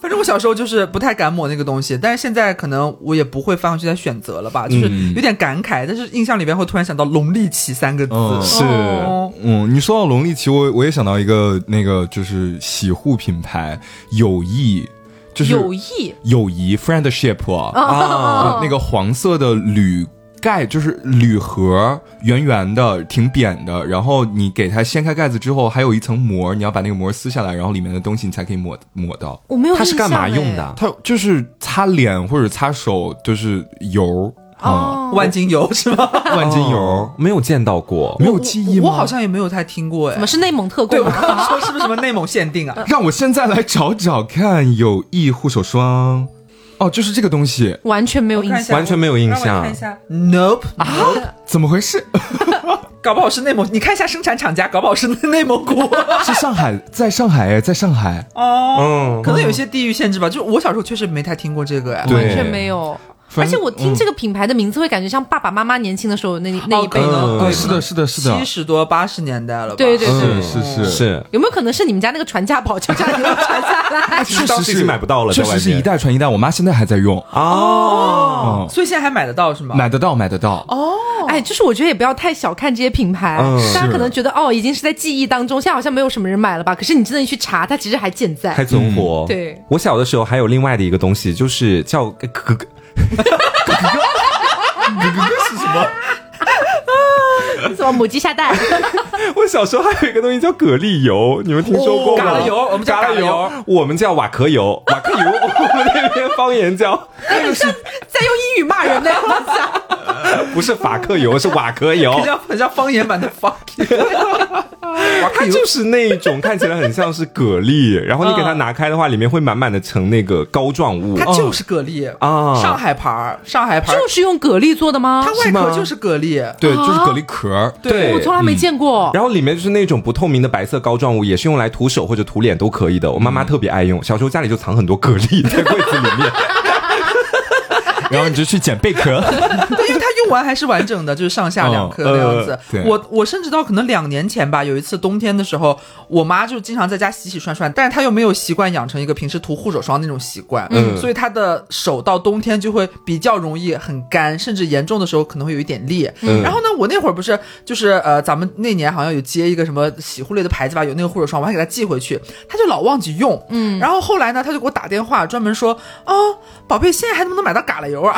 S3: 反正我小时候就是不太敢抹那个东西，但是现在可能我也不会翻回去再选择了吧，就是
S4: 嗯
S3: 有点感慨，但是印象里边会突然想到“龙力奇”三个字。
S4: 嗯
S2: 是
S3: 哦
S4: 嗯，你说到龙力奇，我我也想到一个那个就是洗护品牌友谊，就是
S1: 友谊
S4: 友谊 friendship 啊，
S1: 哦
S4: 呃那个黄色的铝盖就是铝盒，圆圆的，挺扁的。然后你给它掀开盖子之后，还有一层膜，你要把那个膜撕下来，然后里面的东西你才可以抹抹到。
S5: 哦
S1: 我没有
S2: 它是干嘛
S1: 印象
S2: 用的
S1: 哎？
S2: 啊？
S4: 它就是擦脸或者擦手，就是油啊，
S1: 哦，
S3: 万金油是吗？
S4: 万金油
S2: 哦，没有见到过
S4: 没，有记忆吗？
S3: 我好像也没有太听过
S1: 怎
S3: 哎
S1: 么。是内蒙特
S3: 对，
S1: 供
S3: 我
S1: 吗？
S3: 刚刚说是不是什么内蒙限定啊？
S4: 让我现在来找找看，友谊护手霜，哦，就是这个东西，
S1: 完全没有印
S3: 看一
S1: 象。
S3: 下
S2: 完全没有印
S3: 让我
S2: 象
S3: 看一。下，Nope，
S4: 怎么回事？
S3: 搞不好是内蒙。你看一下生产厂家，搞不好是内蒙古。
S4: 是上海，在上海哎，在上海，
S3: 哦，
S2: 嗯
S3: 可能有一些地域限制吧。就是我小时候确实没太听过这个哎。
S4: 对
S1: 完全没有。而
S4: 反
S1: 且
S4: 正
S1: 我听这个品牌的名字，会感觉像爸爸妈妈年轻的时候那那一辈
S3: 可能
S1: 的。
S2: 嗯
S4: 啊，是的，是的，是的
S3: 七，十多八十年代了吧？
S1: 对对对
S2: 嗯，
S4: 是是
S2: 是，
S1: 有没有可能是你们家那个传家宝就这样流传下来？
S4: 确
S2: 当
S4: 实
S2: 时
S4: 是
S2: 已经买不到了
S4: 确
S2: 在外
S4: 实是
S2: 面啊
S4: 一代传一代，我妈现在还在用，
S2: 哦，
S4: 嗯，
S3: 所以现在还买得到是吗？
S4: 买得到，买得到，
S5: 哦
S1: 哎，就是我觉得也不要太小看这些品牌，
S2: 嗯
S1: 大家
S4: 是
S1: 可能觉得哦，已经是在记忆当中，现在好像没有什么人买了吧？可是你真的去查，它其实还健在
S2: 还。存
S1: 嗯
S2: 活。
S1: 对，
S2: 我小的时候还有另外的一个东西，就是叫呃哥哥哥
S1: 怎么母鸡下蛋？
S2: 我小时候还有一个东西叫蛤蜊油，你们听说过吗？
S3: 哦蛤蜊油哦我们叫
S2: 蛤
S3: 蛤蜊
S2: 蜊
S3: 油，
S2: 我们叫瓦壳油，瓦壳油，我们那边方言叫，
S1: 在用英语骂人呢？我操！
S2: 不是法克油，是瓦壳油
S3: 很。像很像方言版的 方。
S2: 它就是那种看起来很像是蛤蜊，然后你给它拿开的话，里面会满满的呈那个膏状物
S3: 它。就是蛤蜊
S2: 啊
S3: 上海牌儿，上海 牌儿，
S1: 就是用蛤蜊做的
S5: 啊
S1: 吗
S3: 它？外
S2: 是
S3: 壳
S2: 吗
S3: 就是蛤蜊。
S2: 嗯
S4: 对，就是蛤蜊壳 儿，
S2: 对
S1: 我从来没见
S5: 哦
S1: 过。
S3: 嗯
S2: 然后里面就是那种不透明的白色膏状物，也是用来涂手或者涂脸都可以的。我妈妈特别爱用，小时候家里就藏很多蛤蜊在柜子里面。
S4: 然后你就去捡贝 壳，
S3: 对，因为它用完还是完整的，就是上下两颗那样子。
S4: 嗯呃对
S3: 我我甚至到可能两年前吧，有一次冬天的时候，我妈就经常在家洗洗涮涮，但是她又没有习惯养成一个平时涂护手霜那种习惯，
S2: 嗯
S3: 所以她的手到冬天就会比较容易很干，甚至严重的时候可能会有一点裂。
S2: 嗯
S3: 然后呢，我那会儿不是就是呃，咱们那年好像有接一个什么呃洗护类的牌子吧，有那个护手霜，我还给她寄回去，她就老忘记用。嗯，然后后来呢，她就给我打电话，专门说，哦，宝贝，现在还能不能买到嘎啦油啊？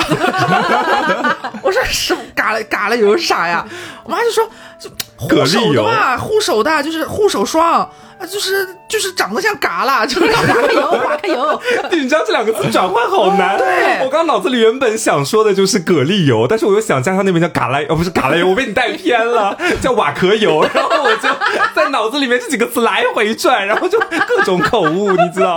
S3: 我说什么嘎了嘎了油是啥呀？我妈就说，就
S2: 蛤
S3: 护
S2: 蜊
S3: 手
S2: 油
S3: 的嘛，护手的，就是护手霜。啊就是就是长得像嘎啦，就是
S5: 划个油，划个油，
S2: 你知道这两个字转换好难。
S3: 对
S2: 我刚脑子里原本想说的就是蛤蜊油，但是我又想加上那边叫嘎啦，哦，不是嘎啦油，我被你带偏了，叫瓦壳油。然后我就在脑子里面这几个词来回转，然后就各种口误，你知道？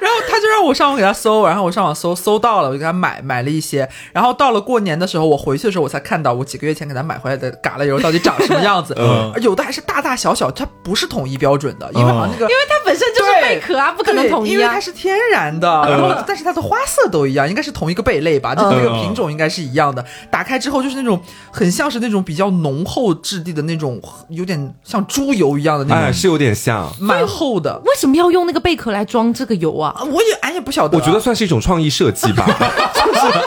S3: 然后他就让我上网给他搜，然后我上网搜，搜到了，我就给他买买了一些。然后到了过年的时候，我回去的时候，我才看到我几个月前给他买回来的嘎啦油到底长什么样子。
S4: 嗯
S3: 有的还是大大小小，它不是统一标准的，因为好像那个。
S5: 因为它本身就是
S3: 对
S5: 贝壳啊，不可能
S3: 对
S5: 统一
S3: 因为
S5: 啊
S3: 它。是天然的，
S2: 嗯
S3: 然后但是它的花色都一样，应该是同一个贝类
S5: 嗯
S3: 吧，就是那个品种应该是一样的。打开之后就是那种很像是那种比较浓厚质地的那种，有点像猪油一样的那
S2: 哎，
S3: 种，
S2: 是有点像。
S3: 蛮厚的。
S5: 为什么要用那个贝壳来装这个油 啊？
S3: 啊我也哎也不晓得
S2: 我
S3: 啊，
S2: 觉得算是一种创意设计吧， 就是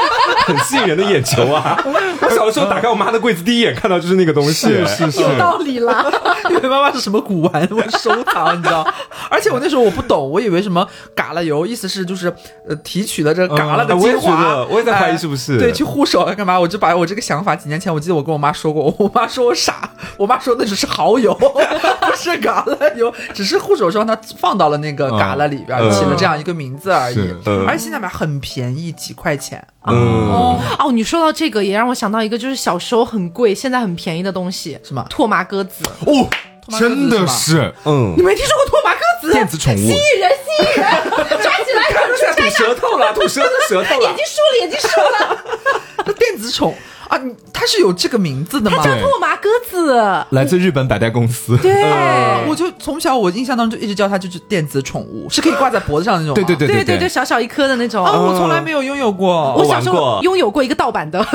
S2: 很吸引人的眼球啊！我小时候打开我妈的柜子，第一眼看到就是那个东西，
S4: 是是是，
S5: 有道理啦。
S3: 因为妈妈是什么古玩， 我收藏，你知道？而且我那时候我不懂，我以为什么嘎啦油，意思是就是呃提取的这个嘎啦的
S2: 嗯我也
S3: 精华、
S2: 觉得我也在怀疑
S3: 哎
S2: 是不是
S3: 对，去护手要干嘛？我就把我这个想法，几年前我记得我跟我妈说过， 我妈说我傻，我妈说那只是蚝油， 不是嘎啦油，只是护手霜它放到了那个嘎啦里边，
S2: 嗯
S3: 起了这样一个名字而已
S4: 是。
S2: 嗯
S3: 而且现在买很便宜，几块钱。嗯
S5: 哦哦，你说到这个，也让我想到一个，就是小时候很贵，现在很便宜的东西，
S3: 什么
S5: 拓麻鸽子？
S4: 哦，
S3: 妈
S4: 真的是
S2: 嗯
S5: 你，没听说过拓麻鸽子？
S4: 电子宠物
S5: 吸引人，吸引人，抓起来，
S2: 看出来吐舌头了，吐舌头舌头
S5: 眼
S2: 了
S5: 睛。竖了，眼睛竖了，
S3: 那电子宠啊，你它是有这个名字的吗？
S4: 对
S5: 拓麻鸽子。
S4: 来自日本百代公司。
S5: 对，
S3: 我就从小我印象当中就一直叫它就是电子宠物，是可以挂在脖子上的那种吗。
S4: 对对对
S5: 对
S4: 对
S5: 对，小小一颗的那种。
S3: 啊，我从来没有拥有过。
S5: 我小时
S2: 哦我玩
S5: 候
S2: 过
S5: 拥有过一个盗版的，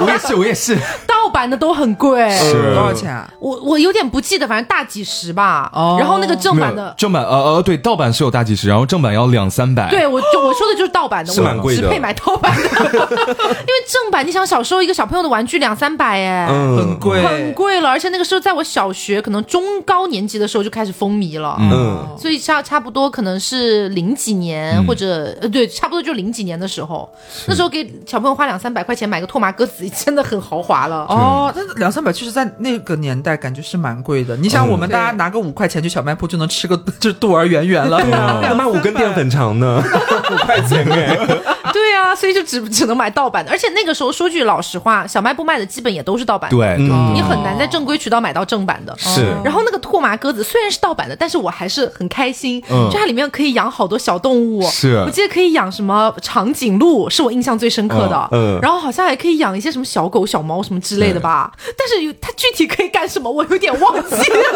S4: 我也是我也 是，呃
S5: 盗版的都很贵。
S3: 多少钱啊？
S5: 我我有点不记得，反正大几十吧。
S3: 哦
S5: 然后那个正
S4: 没
S5: 版
S4: 有
S5: 的，
S4: 正版呃呃对，盗版是有大几十，然后正版要两三百。
S5: 对我就我说的就是盗版的，
S2: 是蛮
S5: 我
S2: 贵的
S5: 只配买盗版的， 因为正版，你想小时候一个小朋友的玩具两三百哎。
S3: 很
S2: 嗯
S3: 贵，
S5: 很。贵了，而且那个时候在我小学可能中高年级的时候就开始风靡了，
S2: 嗯，
S5: 所以差差不多可能是零几年、或者呃对，差不多就零几年的时候，那时候给小朋友花两三百块钱买个拓麻鸽子，真的很豪华了。
S3: 哦，那两三百确实在那个年代感觉是蛮贵的。你
S4: 嗯
S3: 想，我们大家拿个五块钱去小卖部就能吃个 就是肚儿圆圆了，
S4: 啊
S2: 那卖五根淀粉肠 呢， 五块钱哎。
S5: 对啊，所以就只只能买盗版的，而且那个时候说句老实话，小卖部卖的基本也都是盗版的，
S4: 对，嗯
S5: 你很难在正规渠道买到正版的。
S2: 嗯是
S5: 然后那个拓麻鸽子虽然是盗版的，但是我还是很开心，
S4: 嗯
S5: 就它里面可以养好多小动物。
S4: 是
S5: 我记得可以养什么长颈鹿，是我印象最深刻的。
S2: 嗯嗯
S5: 然后好像还可以养一些什么小狗、小猫什么之类的吧。但是有它具体可以干什么，我有点忘记了。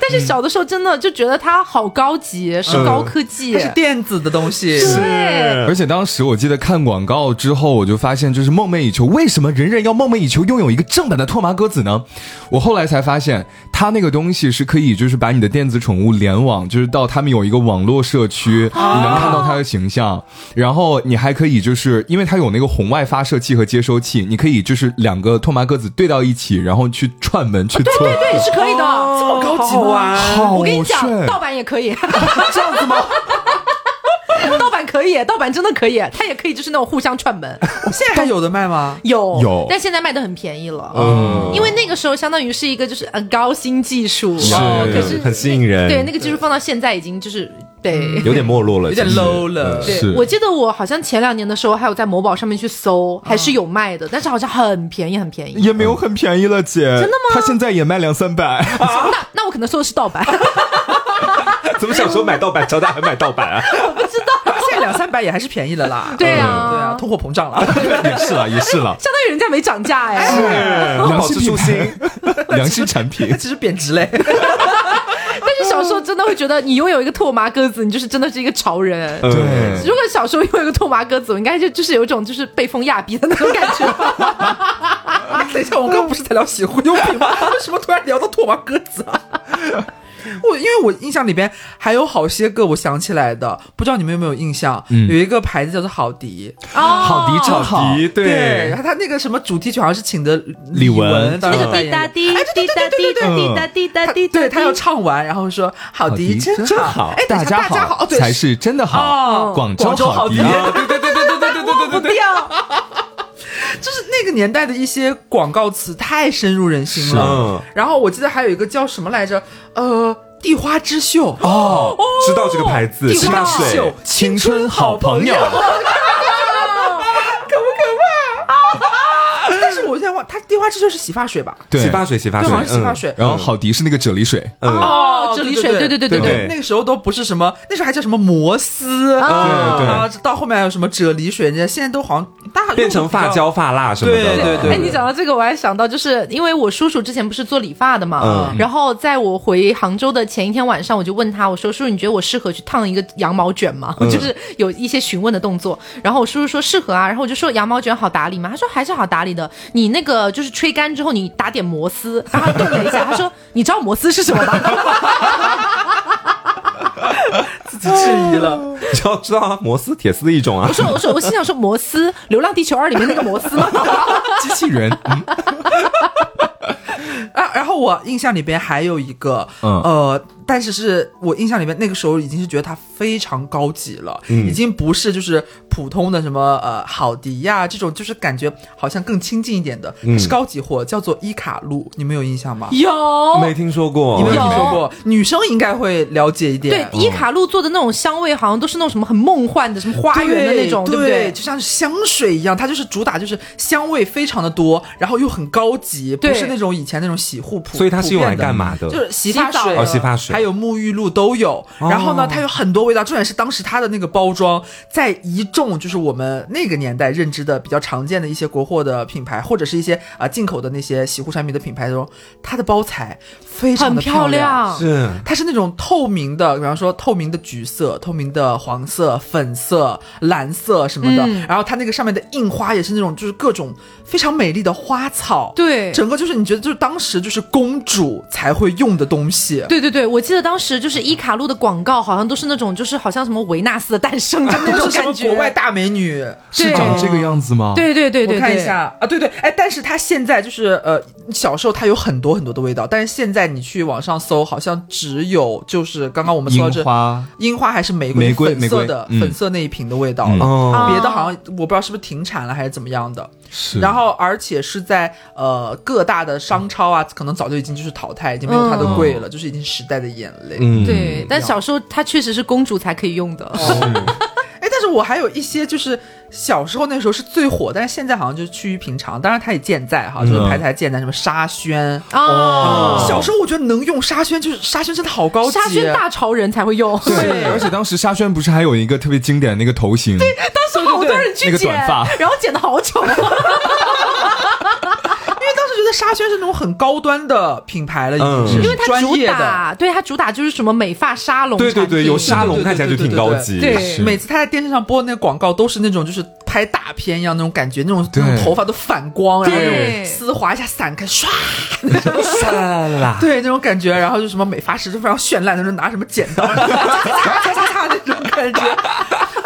S5: 但是小的时候真的就觉得它好高级，是高科技
S3: 它。是电子的东西。
S5: 对，
S4: 而且当时我记得看广告之后，我就发现就是梦寐以求，为什么人人要梦寐以求拥有一个正版的拓麻鸽子呢？我后来才发现，它那个东西是可以就是把你的电子宠物联网，就是到他们有一个网络社区，
S5: 啊
S4: 你能看到它的形象，然后你还可以就是因为它有那个红外发射器和接收器，你可以就是两个拓麻鸽子对到一起，然后去串门去做。
S5: 啊对对是可以的，
S3: 哦这么高级
S2: 好好
S3: 吗？
S2: 玩
S4: 好
S5: 我跟你讲，
S4: 帅
S5: 盗版也可以，这样子吗？ 盗版可以，盗版真的可以，它也可以就是那种互相串门，
S3: 现在还有的卖吗？
S5: 有
S4: 有
S5: 但现在卖的很便宜了，嗯，因为那个时候相当于是一个就是呃高新技术，
S4: 是
S5: 哦可是
S2: 很吸引人
S5: 对，那个技术放到现在已经就是对。
S2: 有点没落了，
S3: 有点
S2: 其实
S3: low 了。
S4: 是
S5: 对，我记得我好像前两年的时候还有在某宝上面去搜，还是有卖的，但是好像很便宜，很便宜。
S4: 也没有很便宜了，姐。真的吗？它现在也卖两三 百。
S5: 那那我可能搜的是盗版，
S2: 怎么小时候买盗版，长大还买盗版啊？
S3: 现在两三百也还是便宜了啦。
S5: 对啊，
S3: 对啊，通货膨胀了。
S4: 也是啊了，也是了，
S5: 相当于人家没涨价哎。
S4: 良
S2: 保
S4: 心
S2: 持
S4: 品
S2: 初
S4: 牌
S2: 心，
S4: 良心产品
S3: 它。 其实贬值嘞。
S5: 但是小时候真的会觉得，你拥有一个拓麻鸽子，你就是真的是一个潮人。
S2: 嗯
S4: 对，
S5: 如果小时候拥有一个拓麻鸽子，我应该就就是有一种就是被风亚逼的那种感觉。
S3: 等一下，我刚刚不是在聊洗护用品 吗？为什么突然聊到拓麻鸽子啊？ 我因为我印象里边还有好些个我想起来的，不知道你们有没有印象？有一个牌子叫做好迪，
S5: 哦，
S4: 迪超
S2: 好迪
S3: 然
S2: 对，
S3: 后他那个什么主题曲好像是请的
S4: 李玟
S3: 玟当
S5: 那
S3: 时
S5: 个
S3: 代
S5: 滴
S3: 言
S5: 答
S3: 人。
S5: 滴滴答滴滴答滴答
S3: 他
S5: 滴，
S3: 对他要唱完，然后说好迪真
S4: 好
S3: 哎，，等一下
S4: 家
S3: 大家好，对
S4: 才是真的好
S3: 哦。
S4: 广
S3: 广州
S4: 好
S3: 好
S4: 迪
S3: 迪
S2: 啊，对对对对对对对对对对 对，
S3: 就是那个年代的一些广告词太深入人心了。
S2: 嗯
S3: 然后我记得还有一个叫什么来着？呃，地花之秀
S2: 哦，知道这个牌子，
S3: 地
S2: 十八
S3: 花之
S2: 岁
S3: 秀，，
S4: 青春好朋友，
S3: 啊但是我现在忘，它地花之秀是洗发水吧？
S4: 对
S2: 洗发水，洗发
S3: 对，
S2: 水，
S3: 好像是洗发
S2: 嗯。
S3: 水。
S4: 然后好迪是那个啫喱水，
S3: 啊
S2: 嗯，
S5: 哦啫喱水对对对
S4: 对
S3: 那个时候都不是什么，那时候还叫什么摩丝，
S5: 啊
S4: 对对
S3: 然后到后面还有什么啫喱水，人家现在都好像大
S2: 变成发，胶、发蜡什么的了。
S3: 对对对
S5: 哎，你讲到这个，我还想到，就是因为我叔叔之前不是做理发的嘛，
S2: 嗯
S5: 然后在我回杭州的前一天晚上，我就问他，我说：“叔叔，你觉得我适合去烫一个羊毛卷吗？”就是有一些询问的动作。然后我叔叔说适合啊，然后我就说羊毛卷好打理吗？他说还是好打理的，你那个就是吹干之后，你打点摩丝。然后他顿了一下，他说：“你知道摩丝是什么吗？”
S3: 自己质疑了。
S2: 你要知道啊，摩丝铁丝的一种啊
S5: 我。说：“我说我心想说摩丝，《流浪地球二》里面那个摩丝吗？”
S4: 机器人，嗯
S3: 啊，然后我印象里边还有一个，
S4: 嗯
S3: 呃，但是是我印象里边那个时候已经是觉得它非常高级了，
S2: 嗯
S3: 已经不是就是普通的什么呃好迪呀、这种，就是感觉好像更亲近一点的，
S2: 嗯
S3: 它是高级货，叫做伊卡璐，你们有印 象吗？
S5: 有
S2: 没听说过，
S3: 你们有听
S5: 有
S3: 说过？女生应该会了解一点
S5: 对，，
S2: 哦
S5: 伊卡璐做的那种香味，好像都是那种什么很梦幻的，什么花园的那种，
S3: 对
S5: 不对？
S3: 就像是香水一样，它就是主打就是香味非常的多，然后又很高级，不
S5: 对
S3: 是那种以前那种洗护普，
S2: 所以它是用来
S3: 普遍的
S2: 干嘛的
S3: 就是洗发
S5: 洗澡
S3: 水、
S5: 哦
S2: 洗发水哦
S3: 还有沐浴露都有。然后呢，它有很多味道，重点是当时它的那个包装，在一众就是我们那个年代认知的比较常见的一些国货的品牌，或者是一些啊、呃进口的那些洗护产品的品牌中，它的包材非常
S5: 很
S3: 的漂
S5: 漂亮，
S2: 是
S3: 它是那种透明的，比方说透明的橘色、透明的黄色、粉色、蓝色什么的。
S5: 嗯
S3: 然后它那个上面的印花也是那种，就是各种非常美丽的花草。，
S5: 对。
S3: 整个就是你觉得就是当时就是公主才会用的东西。
S5: 对对对，我记得当时就是伊卡璐的广告，好像都是那种，就是好像什么维纳斯的诞生，就那
S3: 就
S5: 种
S3: 是什么
S5: 感觉。
S3: 国外大美女，
S4: 是长这个样子吗？
S5: 对对对对
S3: 我
S5: 对，
S3: 看一下啊，对对，哎，但是它现在就是呃，小时候它有很多很多的味道，但是现在你去网上搜，好像只有就是刚刚我们说到这
S4: 樱花
S3: 樱花还是玫瑰
S4: 玫瑰
S3: 粉色的
S4: 玫瑰嗯
S3: 粉色那一瓶的味道了。
S4: 嗯
S2: 哦，
S5: 啊
S3: 别的好像我不知道是不是停产了还是怎么样的，
S4: 是，
S3: 然后而且是在呃各大的商超啊，可能早就已经就是淘汰，已经没有它
S5: 嗯
S3: 的贵了，就是已经时代的眼泪。
S2: 嗯，
S5: 对，但小时候它确实是公主才可以用的。
S3: 哎，但是我还有一些就是小时候那时候是最火，但是现在好像就趋于平常。当然它也健在哈，就是牌子还健在，什么沙宣。哦
S5: 啊，
S3: 小时候我觉得能用沙宣，就是沙宣真的好高级。
S5: 沙宣大潮人才会用，
S4: 对，而且当时沙宣不是还有一个特别经典的那个头型，
S5: 当时好多人去
S4: 那个
S5: 剪
S4: 短发，
S5: 然后剪的好丑。
S3: 因为当时觉得沙宣是那种很高端的品牌了，已经
S2: 嗯
S3: 是
S5: 因为它
S3: 专
S5: 主
S3: 业的。
S5: 打，对它主打就是什么美发沙龙
S2: 对对
S5: 产
S2: 对，
S5: 品
S2: 有沙龙
S3: 对对对
S2: 看起来就挺高级，
S5: 对对对
S4: 是
S3: 每次他在电视上播的那个广告都是那种就是拍大片一样那种感觉，那种
S4: 对
S3: 那种头发都反光，然后那
S5: 对
S3: 种丝滑一下散开，唰，
S2: 沙啦啦啦，
S3: 对那种感觉，然后就什么美发师就非常绚烂，就是拿什么剪刀， 擦擦擦擦那种感觉。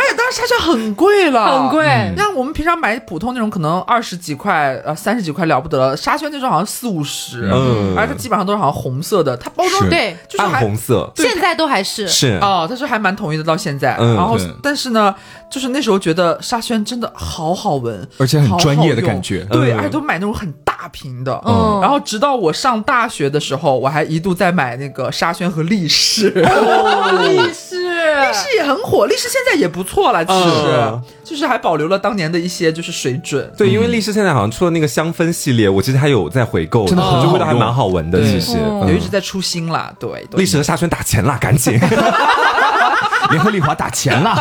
S3: 而且当时它就很贵了，嗯
S5: 很贵。。
S3: 像我们平常买普通那种，可能二十几块、呃三十几块了不得了，沙宣那种好像四五十，
S2: 嗯
S3: 而且基本上都是好像红色的，它包装
S4: 是
S5: 对
S3: 就是
S2: 暗
S3: 还
S2: 红色
S3: 对
S5: 现在都还是
S2: 是
S3: 哦，但是还蛮统一的到现在。
S2: 嗯
S3: 然后
S4: 对，
S3: 但是呢，就是那时候觉得沙宣真的好好闻，
S4: 而且很专业的感觉
S3: 好好用对，
S2: 嗯
S3: 而且都买那种很大瓶的。
S5: 嗯
S3: 然后直到我上大学的时候，我还一度在买那个沙宣和力 士，
S5: 力士，
S3: 力士也很火，力士现在也不错了，其
S2: 嗯
S3: 实就是还保留了当年的一些就是水准。
S2: 对，因为力士现在好像出了那个香氛系列，我其实还有在回购，
S4: 真的很
S2: 就
S4: 好
S2: 味道还
S4: 用
S2: 蛮好闻的，
S3: 对
S2: 其实。
S5: 嗯
S3: 也
S2: 嗯
S3: 一直在出新啦，对，对
S2: 力士和沙宣打钱啦，赶 紧！
S4: 联合利华打钱了，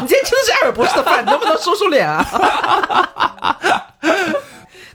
S3: 你今天吃的是艾尔博士的饭，你能不能收收脸啊？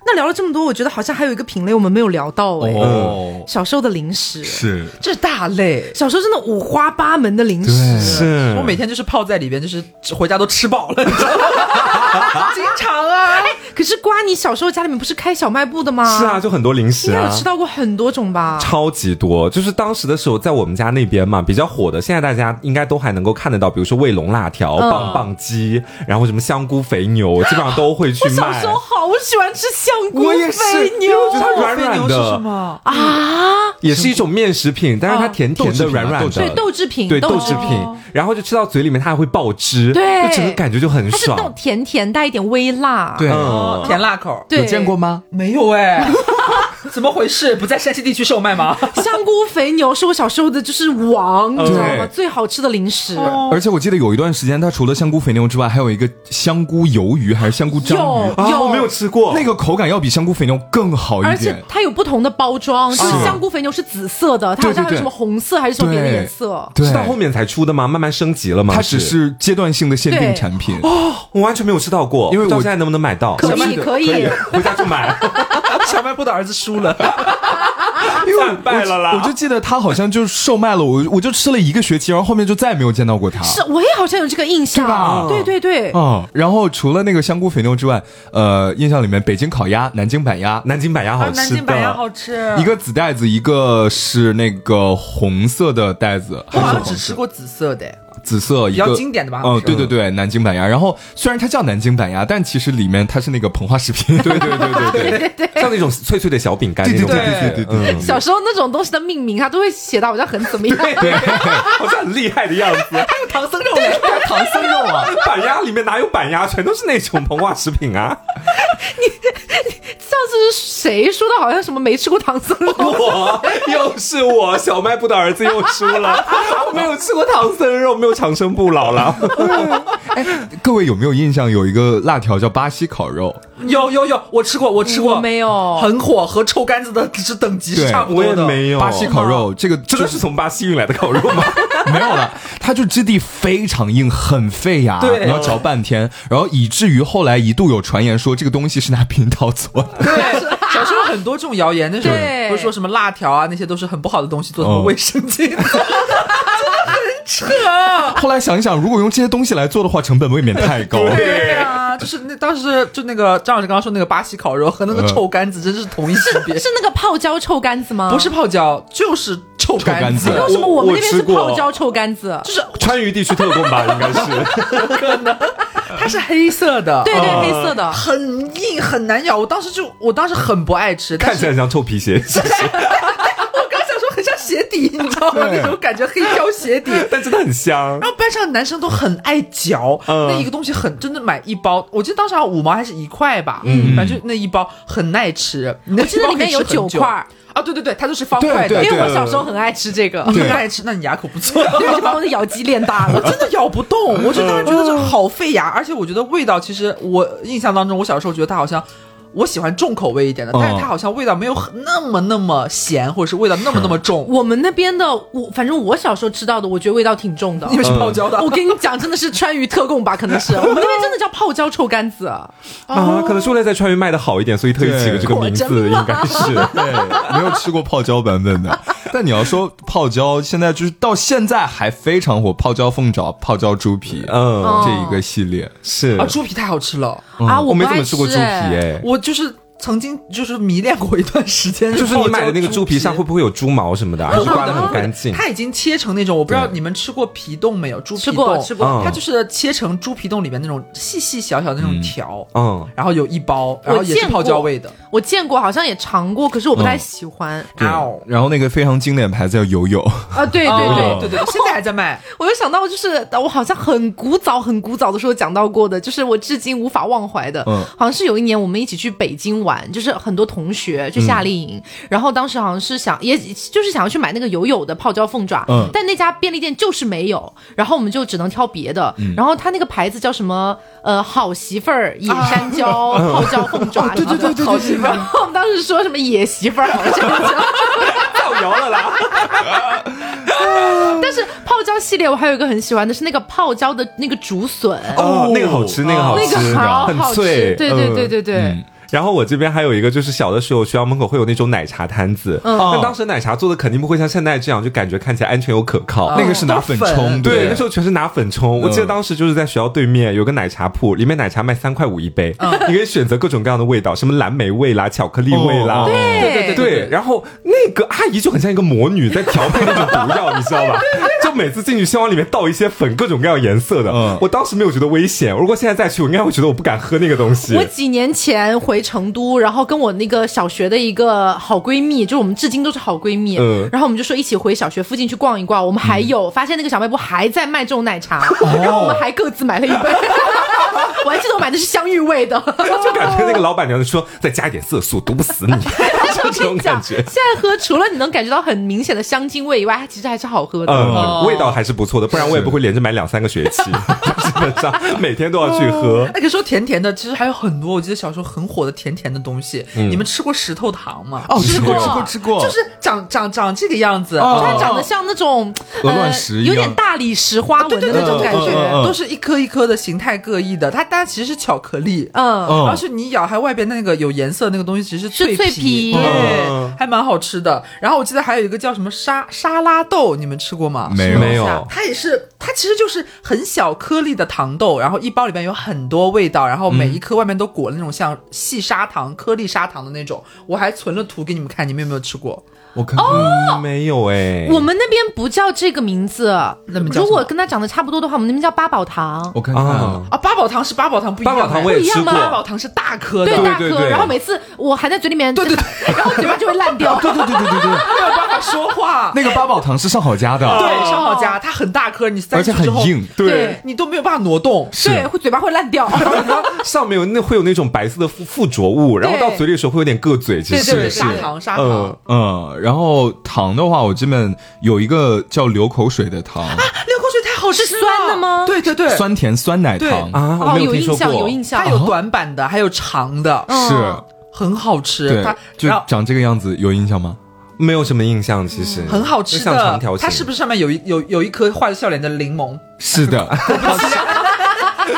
S5: 那聊了这么多，我觉得好像还有一个品类我们没有聊到哎、
S4: 哦，
S5: 小时候的零食，
S4: 是
S3: 这是大类，
S5: 小时候真的五花八门的零食。
S4: 对
S2: 是
S3: 我每天就是泡在里边，就是回家都吃饱了，你知道吗？经常啊，
S5: 哎可是瓜，你小时候家里面不是开小卖部的吗？
S2: 是啊，，就很多零食
S5: 应该
S2: 啊
S5: 有，吃到啊过很多种吧？
S2: 超级多。就是当时的时候，在我们家那边嘛，比较火的，现在大家应该都还能够看得到，比如说卫龙辣条、
S5: 嗯
S2: 棒棒鸡，然后什么香菇肥牛，基本上都会去
S5: 我小
S2: 卖
S5: 时。候好喜欢吃香菇
S2: 啊我也是
S5: 肥
S2: 因
S5: 牛
S2: 为我觉得它软软
S3: 牛
S2: 的
S3: 是什么？
S5: 啊，
S2: 也是一种面食品，但是它
S5: 嗯
S2: 甜甜的、
S4: 豆制品啊
S2: 软软
S4: 豆制
S5: 对
S2: 的，
S5: 豆制品，
S2: 对
S5: 豆
S2: 豆制品，然后就吃到嘴里面，它还会爆汁，
S5: 对
S2: 就整个感觉就很
S5: 它是那种
S2: 爽。
S5: 甜甜带一点微辣。
S4: 对，
S2: 嗯，
S3: 甜辣口？
S5: 对，
S4: 有见过吗？
S3: 没有哎， 怎么回事？不在山西地区售卖吗？
S5: 香菇肥牛是我小时候的就是王，
S2: 嗯
S5: 你知道吗？
S4: 对
S5: 最好吃的零食。
S2: 哦
S4: 而且我记得有一段时间，它除了香菇肥牛之外，还有一个香菇鱿鱼还是香菇章鱼
S5: 有，有
S2: 啊，我没有吃过
S4: 那个口感要比香菇肥牛更好
S5: 而
S4: 一
S5: 且
S4: 点。
S5: 它有不同的包装，就是
S4: 是
S5: 香菇肥牛是紫色的，它好像还有
S4: 对对对
S5: 什么红色还是什么别的
S4: 对
S5: 颜色。
S4: 对
S2: 是，到后面才出的吗？慢慢升级了吗？
S4: 它只是阶段性的限定
S5: 对
S4: 产品。
S2: 我完全没有吃到过，
S4: 因为我
S2: 不知道现在能不能买到？
S5: 可以可以，
S2: 回家就 买，
S3: 小卖部的儿子输 了，
S2: 惨败了啦！
S4: 我就记得它好像就售卖了，我我就吃了一个学期，然后后面就再也没有见到过它。
S5: 是，我也好像有这个印
S4: 对吧
S5: 象。啊对对对，
S4: 嗯，然后除了那个香菇肥牛之外，呃，印象里面北京烤鸭、南京板鸭，
S2: 南京板鸭好
S5: 啊
S2: 吃的，
S3: 啊南京板鸭好吃。
S4: 一个紫袋子，一个是那个红色的袋子，
S3: 我好
S4: 还是
S3: 像
S4: 红
S3: 只吃
S4: 色
S3: 过紫色的，
S4: 紫色一
S3: 比
S4: 个
S3: 较经典的吧好
S4: 嗯，
S3: 像是
S4: 对对对，南京板鸭。然后虽然它叫南京板鸭，但其实里面它是那个膨化食 品。对对对对对
S2: 像那种脆脆的小饼干，
S4: 对对
S2: 那种
S4: 对对对对
S2: 嗯
S5: 小时候那种东西的命名，它都会写到好像很怎么样。
S4: 对，
S2: 好像很厉害的样子。
S3: 唐哎僧肉嘞，
S4: 唐僧肉啊，
S2: 板鸭里面哪有板鸭，全都是那种膨化食品啊！
S5: 上次是谁说的好像什么没吃过唐僧肉？
S2: 我又是我小卖部的儿子又输了， 我没有吃过唐僧肉，没有长生不老 了。
S4: 各位有没有印象？有一个辣条叫巴西烤肉，
S3: 有有有，我吃过，我吃
S5: 我
S3: 过，
S5: 没有
S3: 很火，和臭干子的是等级是
S4: 对
S3: 差不
S2: 我也
S3: 多的。
S2: 没有
S4: 巴西烤肉这个
S2: 这
S4: 真
S2: 个是从巴西运来的烤肉吗？
S4: 没有了，它就质地非常硬，很费牙，
S3: 对
S4: 你要嚼半天，然后以至于后来一度有传言说这个东西是拿冰刀做 的，
S3: 对，小时候很多这种谣言，那时
S5: 对
S3: 候不是说什么辣条啊，那些都是很不好的东西，做什么
S4: 嗯
S3: 卫生巾，真的很扯。
S4: 后来想一想，如果用这些东西来做的话，成本未免太高。
S3: 对啊，就是那当时就那个张老师刚刚说那个巴西烤肉和那个
S4: 嗯
S3: 臭干子真是同一级别，
S5: 是那啊个泡椒臭干子吗？
S3: 不是，泡椒就是臭
S4: 臭干子
S3: 子。
S5: 为什么我们那边
S2: 我
S5: 是
S2: 吃过
S5: 泡椒臭干子？
S3: 就是
S2: 川渝地区特供吧，应该 是。
S3: 它是黑色的，
S5: 对对，黑色的。
S3: 很硬很难咬。我当时就，我当时很不爱吃，但
S2: 看起
S3: 是
S2: 来像臭皮鞋，
S3: 我刚想说很像鞋 底，你知道吗？
S4: 对
S3: 那种感觉黑胶鞋底。
S2: 但真的很香。
S3: 然后班上的男生都很爱嚼，
S2: 嗯
S3: 那一个东西很真的买一包，我记得当时好像五毛还是一块吧，反正就那一包很耐吃。我
S5: 记得里面有九块儿
S3: 啊，对对对，它都是方块的，
S4: 对
S5: 因
S4: 对
S5: 为我小时候很爱吃这个，
S3: 你很爱吃，那你牙口不错。
S5: 因为就把我的咬肌练大
S3: 我
S5: 了。
S3: 真的咬不动，我就当时觉得这好费牙，而且我觉得味道，其实我印象当中，我小时候觉得它好像。我喜欢重口味一点的，但是它好像味道没有很那么那么咸，或者是味道那么那么重。
S5: 我们那边的，我反正我小时候吃到的，我觉得味道挺重的
S3: 因。为是泡椒的，
S5: 我跟你讲，真的是川渝特供吧，可能 是我们那边真的叫泡椒臭干子。
S2: 啊，可能是为了在川渝卖的好一点，所以特意起了这个名字，应该是。
S4: 对，没有吃过泡椒版本的。但你要说泡椒，现在就是到现在还非常火，泡椒凤爪、泡椒猪皮，
S2: 嗯，
S4: 这一个系列。
S2: 是
S3: 啊，。猪皮太好吃了，
S5: 哦啊，
S2: 嗯我
S5: 不
S2: 没怎
S5: 爱
S2: 么吃过猪皮
S5: 哎。
S2: 哎，
S3: 我就是曾经就是迷恋过一段时间，
S2: 就是你买的那个
S3: 猪
S2: 猪皮上会不会有猪毛什么的，还是刮的很干净？
S3: 它已经切成那种，我不知道你们吃过皮冻没有？猪皮
S5: 吃
S3: 冻
S5: 过吃过
S2: 嗯
S3: 它就是切成猪皮冻里面那种细细小小的那种条，
S2: 嗯，
S3: 然后有一包，然
S5: 我
S3: 后也是
S5: 见过
S3: 泡椒味的。
S5: 我见过，好像也尝过，可是我不太喜欢。
S4: 对
S3: 啊哦，
S4: 然后那个非常经典牌子叫友友，
S5: 嗯啊，对对对，
S3: 对对对，现在还在卖。
S5: 我又想到，就是我好像很古早、很古早的时候讲到过的，就是我至今无法忘怀的，
S4: 嗯
S5: 好像是有一年我们一起去北京玩，就是很多同学去夏令营，然后当时好像是想，也就是想要去买那个友友的泡椒凤爪，
S4: 嗯
S5: 但那家便利店就是没有，然后我们就只能挑别的，然后他那个牌子叫什么？呃，好媳妇儿野山 椒、泡椒凤爪，啊对对对对，好媳妇儿。然后我们当时说什么野媳妇儿，好像
S2: 造谣了啦！
S5: 但是泡椒系列我还有一个很喜欢的是那个泡椒的那个竹笋，
S2: 哦，那个好吃，那个好
S5: 哦那
S2: 吃，
S5: 个好
S2: 很
S5: 好吃，
S2: 脆。
S5: 对对对
S2: 嗯
S5: 对对，
S2: 然后我这边还有一个，就是小的时候学校门口会有那种奶茶摊子，
S5: 嗯
S2: 那当时奶茶做的肯定不会像现在这样，就感觉看起来安全又可靠。
S5: 嗯
S4: 那个是拿粉冲，
S2: 对，
S4: 不
S2: 那时候全是拿粉冲。我记得当时就是在学校对面有个奶茶铺，里面奶茶卖三块五一杯，你可以选择各种各样的味道，什么蓝莓味啦、巧克力味啦
S4: 哦。对
S3: 对对
S2: 对，然后那个阿姨就很像一个魔女在调配那种毒药，你知道吧？就每次进去先往里面倒一些粉，各种各样颜色的。
S4: 嗯
S2: 我当时没有觉得危险，如果现在再去，我应该会觉得我不敢喝那个东西
S5: 我。几年前回成都，然后跟我那个小学的一个好闺蜜，就是我们至今都是好闺蜜，
S2: 嗯
S5: 然后我们就说一起回小学附近去逛一
S2: 哦
S5: 逛。我们还有、发现那个小卖部还在卖这种奶茶，然后我们还各自买了一杯。我还记得我买的是香芋味的，
S2: 就感觉那个老板娘就说再加一点色素，毒不死你，就 这种感觉。
S5: 现在喝除了你能感觉到很明显的香精味以外，它其实还是好喝的。
S2: 嗯，
S5: 哦
S2: 味道还是不错的，不然我也不会连着买两三个学期，基本上每天都要去喝。
S3: 那个时候甜甜的，其实还有很多。我记得小时候很火的甜甜的东西，
S2: 嗯
S3: 你们吃过石头糖吗？
S4: 哦，
S1: 吃
S4: 吃
S1: 过
S4: 过吃过吃过，
S3: 就是长长长这个样子，
S4: 哦
S5: 它长得像那种
S4: 鹅卵石
S5: 呃，
S4: 一样
S5: 有点大理石花纹的
S3: 啊对
S5: 那
S3: 对
S5: 种
S3: 对，
S4: 嗯
S5: 感
S4: 嗯嗯
S5: 觉。
S4: 嗯
S3: 都是一颗一颗的，形态各异的。它它其实是巧克力，啊
S5: 嗯，
S4: 嗯
S3: 而且你咬，还外边那个有颜色那个东西，其实脆
S5: 是脆皮
S3: 皮，对，还蛮好吃的。然后我记得还有一个叫什么沙沙拉豆，你们吃过吗？
S4: 没
S2: 没
S4: 有
S2: 有，
S3: 它也是，它其实就是很小颗粒的糖豆，然后一包里面有很多味道，然后每一颗外面都裹了那种像细砂糖、颗粒砂糖的那种。我还存了图给你们看，你们有没有吃过？
S4: 我看
S2: 嗯没有哎，
S5: 我们那边不叫这个名字，
S3: 那么叫什么
S5: 如果跟它长得差不多的话，我们那边叫八宝糖。
S4: 我看看
S2: 啊，
S3: 啊，八宝糖是八宝糖，不一样。
S2: 八宝糖我也吃
S5: 不
S2: 过
S5: 一样，
S3: 八宝糖是大颗的，
S5: 对大
S2: 对
S5: 颗，
S2: 对
S5: 然后每次我含在嘴里面，对对对，然后嘴巴就会烂掉。
S4: 对对对对对对，
S3: 没有办法说话。
S4: 那个八宝糖是上好 佳的，
S3: 对，烧烤夹它很大颗，你塞
S4: 而且
S3: 进去
S4: 很
S3: 之后，
S4: 硬，
S5: 对
S3: 你都没有办法挪动。
S5: 对，会嘴巴会烂掉。
S2: 上面有那会有那种白色的附附着物，然后到嘴里的时候会有点硌嘴，其
S3: 对对对，
S2: 实是
S3: 砂糖砂糖
S2: 嗯，
S4: 嗯，然后糖的话，我这边有一个叫流口水的糖，
S3: 流口水太好吃了
S5: 是酸的吗
S3: 对对对，
S4: 酸甜酸奶糖
S2: 啊，我
S5: 哦，
S2: 没
S5: 有
S2: 听
S5: 印
S2: 说
S5: 象，有
S2: 过。
S5: 印象
S3: 它。有短版的，还有长的，
S4: 是，
S3: 很好吃。
S4: 对
S3: 它，
S4: 就
S3: 然后
S4: 长这个样子，有印象 吗？
S2: 没有什么印象，其实
S3: 嗯很好吃
S2: 像长
S3: 的
S2: 条，形，
S3: 它是不是上面有一有有一颗画着笑脸的柠檬？
S4: 是的，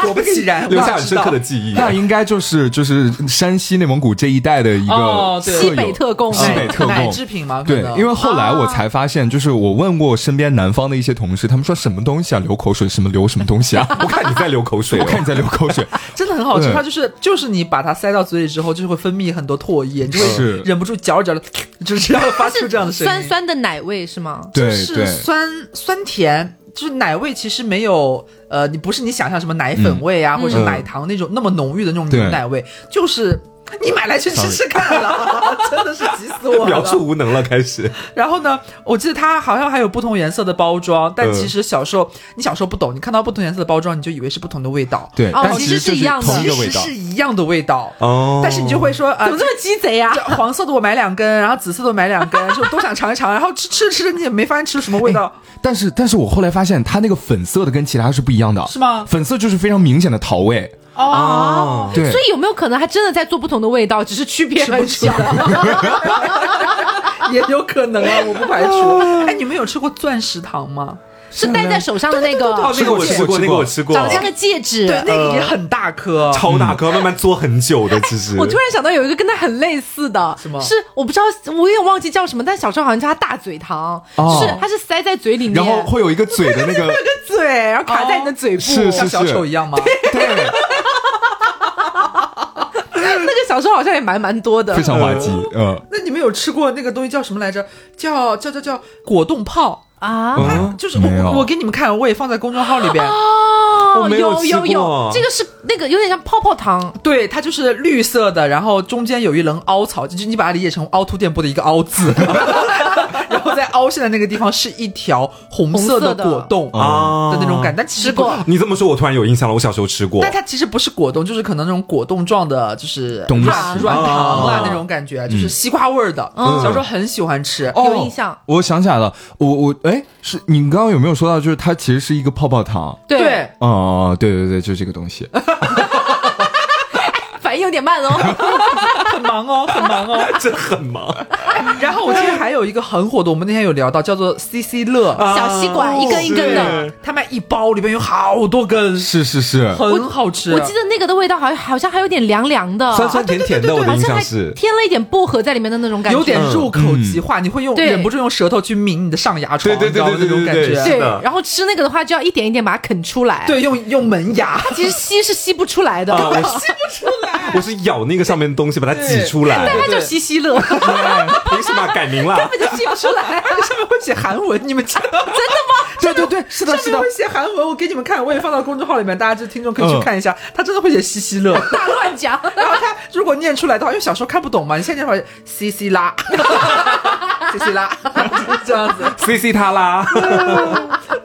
S3: 果不其然，
S2: 留
S3: 我
S2: 下
S3: 哪
S2: 很
S3: 知
S2: 深刻
S3: 道
S2: 的记忆？，
S4: 那应该就是就是山西内蒙古这一带的一个
S3: 哦对
S4: 特
S5: 西
S4: 有
S5: 北特供，
S4: 西
S3: 奶
S4: 北特供
S3: 奶制品吗？可
S4: 对
S3: 能，
S4: 因为后来我才发现，就是我问过身边南方的一些同事，他们说什么东西啊，流口水，什么流什么东西啊
S2: 我看你在流口水
S4: 我
S2: 哦，
S4: 看你在流口水，
S3: 真的很好吃，
S4: 对
S3: 它就是就是你把它塞到嘴里之后，就是会分泌很多唾液，你就会
S4: 是
S3: 忍不住嚼着嚼着， 就是要发出这样的声音，
S5: 酸酸的奶味是吗？
S4: 对
S3: 是
S4: 对，
S3: 酸酸甜，就是奶味其实没有呃，你不是你想象什么奶粉味啊，或者是奶糖那种那么浓郁的那种
S4: 嗯对
S3: 牛奶味，就是你买来去吃吃看了， 真的是急死我
S2: 描
S3: 了。
S2: 述无能了，开始。
S3: 然后呢，我记得它好像还有不同颜色的包装，
S4: 嗯
S3: 但其实小时候、你小时候不懂，你看到不同颜色的包装，你就以为是不同的味道，
S4: 对，
S5: 哦
S4: 但
S5: 其
S4: 其实
S5: 实是
S4: 就
S5: 一样的
S4: 同一
S3: 其
S4: 个味
S3: 实
S4: 道，
S3: 是一样的味道。
S2: 哦
S3: 但是你就会说啊，
S5: 怎么这么鸡贼啊
S3: 这？黄色的我买两根，然后紫色的我买两根，就都想尝一尝，然后吃吃着吃着你也没发现吃出什么味道，
S4: 但是但是我后来发现，它那个粉色的跟其他是不一样的，
S3: 是吗
S4: 粉色就是非常明显的桃味，
S2: 哦，
S4: 对
S5: 所以有没有可能它真的在做不同的味道，只是区别很小？
S3: 也有可能啊，我不排除。哎，你们有吃过钻石糖吗？
S5: 是戴在手上的那
S2: 哦
S5: 个，
S2: 那个我
S4: 吃
S2: 吃过，
S4: 过吃过
S2: 那个我吃过，
S5: 长得像个戒指。
S3: 对，那个也很大颗。
S2: 超大颗，慢慢嘬很久的，其实。
S5: 我突然想到有一个跟它很类似的，
S3: 是吗
S5: 是我不知道，我也忘记叫什么，但小时候好像叫它大嘴糖，
S4: 哦
S5: 就是它是塞在嘴里面，
S4: 然后会有一个嘴的那 个，
S5: 嘴，然后卡在你
S2: 哦
S5: 的嘴部。
S4: 是
S3: 像
S4: 是
S3: 小丑一
S4: 是，
S3: 样吗？
S4: 对，
S5: 那个小时候好像也蛮蛮多的
S4: 非。常滑稽，嗯。
S3: 那你们有吃过那个东西叫什么来着？叫叫叫叫果冻泡，
S5: 啊，
S2: 嗯
S3: 就是
S4: 没有
S3: 我我给你们看，我也放在公众号里边。
S5: 哦
S2: 我没有
S5: 有
S2: 吃
S5: 有有
S2: 过，
S5: 这个是那个有点像泡泡糖，
S3: 对，它就是绿色的，然后中间有一棱凹槽，就是你把它理解成凹凸电波的一个凹字，然后在凹陷的那个地方是一条红色
S5: 红色的
S3: 果冻
S2: 啊
S3: 的那种感，但其实
S5: 吃过
S3: 不
S2: 你这么说，我突然有印象了，我小时候吃 过
S3: 但。它其实不是果冻，就是可能那种果冻状的，就是
S4: 东西
S3: 软软糖啊
S2: 哦
S3: 那种感觉，就是西瓜味儿的。小时候很喜欢吃。
S4: 哦
S5: 有印象。
S4: 我想起来了，我我哎，是你刚刚有没有说到，就是它其实是一个泡泡糖？
S5: 对，
S3: 对，
S4: 哦哦，对对对，就这个东西。
S5: 反应有 点慢哦。
S3: 很忙哦，很忙哦。
S2: 真很忙，
S3: 然后我记得还有一个很火的，我们那天有聊到，叫做 CC 乐，
S5: 小吸管一根一根的，
S3: 他卖一包，里边有好多根，
S4: 是是是，
S3: 很好吃。啊
S5: 我记得那个的味道好像好像还有点凉凉的，啊
S2: 酸酸甜甜的，我的
S5: 好
S2: 印
S5: 像
S2: 象
S5: 还
S2: 是。
S5: 添了一点薄荷在里面的那种感觉，
S3: 有点入口即化，你会用
S5: 对
S3: 忍不住用舌头去抿你的上牙床，
S2: 对对对
S3: 你知道吗
S2: 对对对
S3: 那种感
S2: 对
S3: 觉。
S5: 对
S2: 是的。
S5: 然后吃那个的话，就要一点一点把它啃出来。，
S3: 对，用用门牙。
S5: 其实吸是吸不出来的，
S2: 啊，我吸不出来，我是咬那个上面的东西把它挤出来。
S5: 它叫吸 吸乐，根
S2: 凭什么改名了？
S5: 本就吸不出来。
S3: 上面会写韩文，你们 知道？真的吗？对对对，是的，是的，会写韩文，我给你们看，我也放到公众号里面，大家就听众可以去看一下，他真的会写西西 乐。
S5: 大乱讲，
S3: 然后他如果念出来的话，因为小时候看不懂嘛，你现在念出来西西 拉，西西拉，就是这样子，
S2: C C 他啦，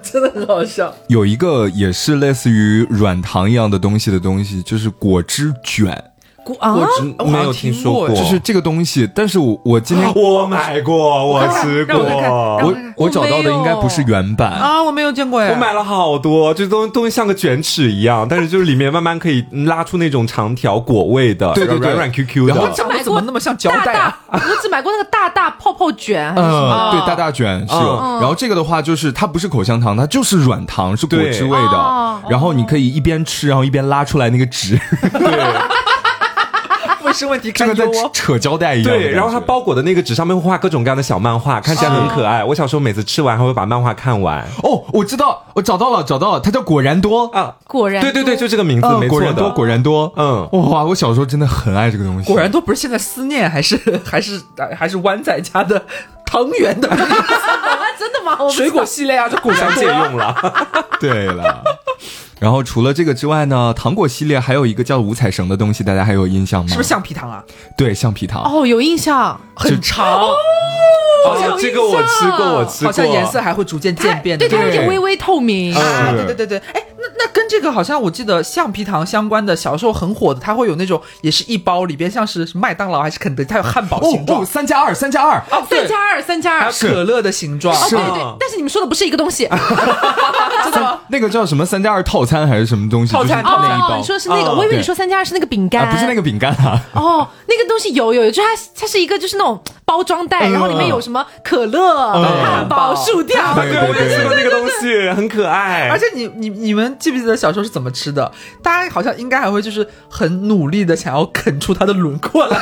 S3: 真的很好笑。
S4: 有一个也是类似于软糖一样的东西的东西，就是果汁卷。
S1: 果啊
S3: 我，
S2: 我嗯没有听说过
S5: 哦
S3: 我好像
S4: 就是这个东西，但是我我今天
S2: 我买过，我吃过，
S3: 让我看看让
S4: 我我找到
S5: 我没
S4: 的
S5: 有
S4: 应该不是原版，
S3: 啊，我没有见过哎，
S2: 我买了好多，这东东西像个卷尺一样，但是就是里面慢慢可以拉出那种长条果味的，
S4: 对对对
S2: 软软 Q Q 的。
S4: 然后
S3: 长得怎么那么像胶
S5: 大
S3: 带啊？
S5: 大，我只买过那个大大泡泡卷，还是什
S4: 嗯，
S5: 么
S4: 对，大大卷是有。然后这个的话，就是它不是口香糖，它就是软糖，是果
S2: 对
S4: 汁味的
S5: 哦。
S4: 然后你可以一边吃，然后一边拉出来那个汁，
S3: 卫生问题
S4: 这
S3: 堪
S4: 个在
S3: 忧哦。
S4: 扯胶带一样的感觉。
S2: 对，然后它包裹的那个纸上面会画各种各样的小漫画，看起来很可爱。我小时候每次吃完还会把漫画看完。
S4: 哦，我知道，我找到了，找到了，它叫果然多
S2: 啊，
S5: 果然
S2: 对对对，就这个名字，
S4: 嗯
S2: 没错
S4: 哦果然
S2: 的
S4: 多，。果然多。
S2: 嗯
S4: 哇，我小时候真的很爱这个东西。
S3: 果然都不是现在思念，还是还是还是湾仔家的汤圆 的
S5: 真的吗？ 我不知道
S3: 水果系列啊，就果
S2: 想
S3: 然
S2: 借用了，
S4: 对了。然后除了这个之外呢，糖果系列还有一个叫五彩绳的东西，大家还有印象吗？
S3: 是不是？橡皮糖啊？
S4: 对，橡皮糖。
S5: 哦，有印象，
S3: 很长，
S2: 哦，这个我吃过，我吃过。
S3: 好像颜色还会逐渐渐变的。
S5: 对，它有点
S2: 对
S5: 微微透明。
S4: 嗯
S3: 啊，
S2: 是
S3: 对对对对，哎，那那跟这个好像我记得橡皮糖相关的，小时候很火的，它会有那种也是一包里边像是什么麦当劳还是肯德基，它有汉堡
S4: 哦
S3: 形状
S4: 哦，，三加二，三加二。
S3: 哦
S5: 三
S3: 对，
S5: 加二，三加
S3: 还
S5: 二，
S3: 有
S5: 哦，
S3: 可乐的形状，
S4: 是啊
S5: 对
S4: 吗
S5: 对，但是你们说的不是一个东西。
S3: 真的吗？
S4: 那个叫什么三加二套餐还是什么东西？
S3: 套餐
S4: 就是那一
S5: 哦，
S4: 包
S5: 你。说的是那个，
S2: 哦
S5: 我以为
S4: 对
S5: 你说三加二是那个饼干，
S4: 啊，不是那个饼干啊，
S5: 哦，那个东西有有，有，就它它是一个就是那种包装袋，
S4: 嗯
S5: 然后里面有什么可乐、汉堡、薯条，
S4: 对
S2: 啊对，我也吃过那个东西，很可爱。
S3: 而且你你你们记不记得小时候是怎么吃的？大家好像应该还会就是很努力的想要啃出它的轮廓来，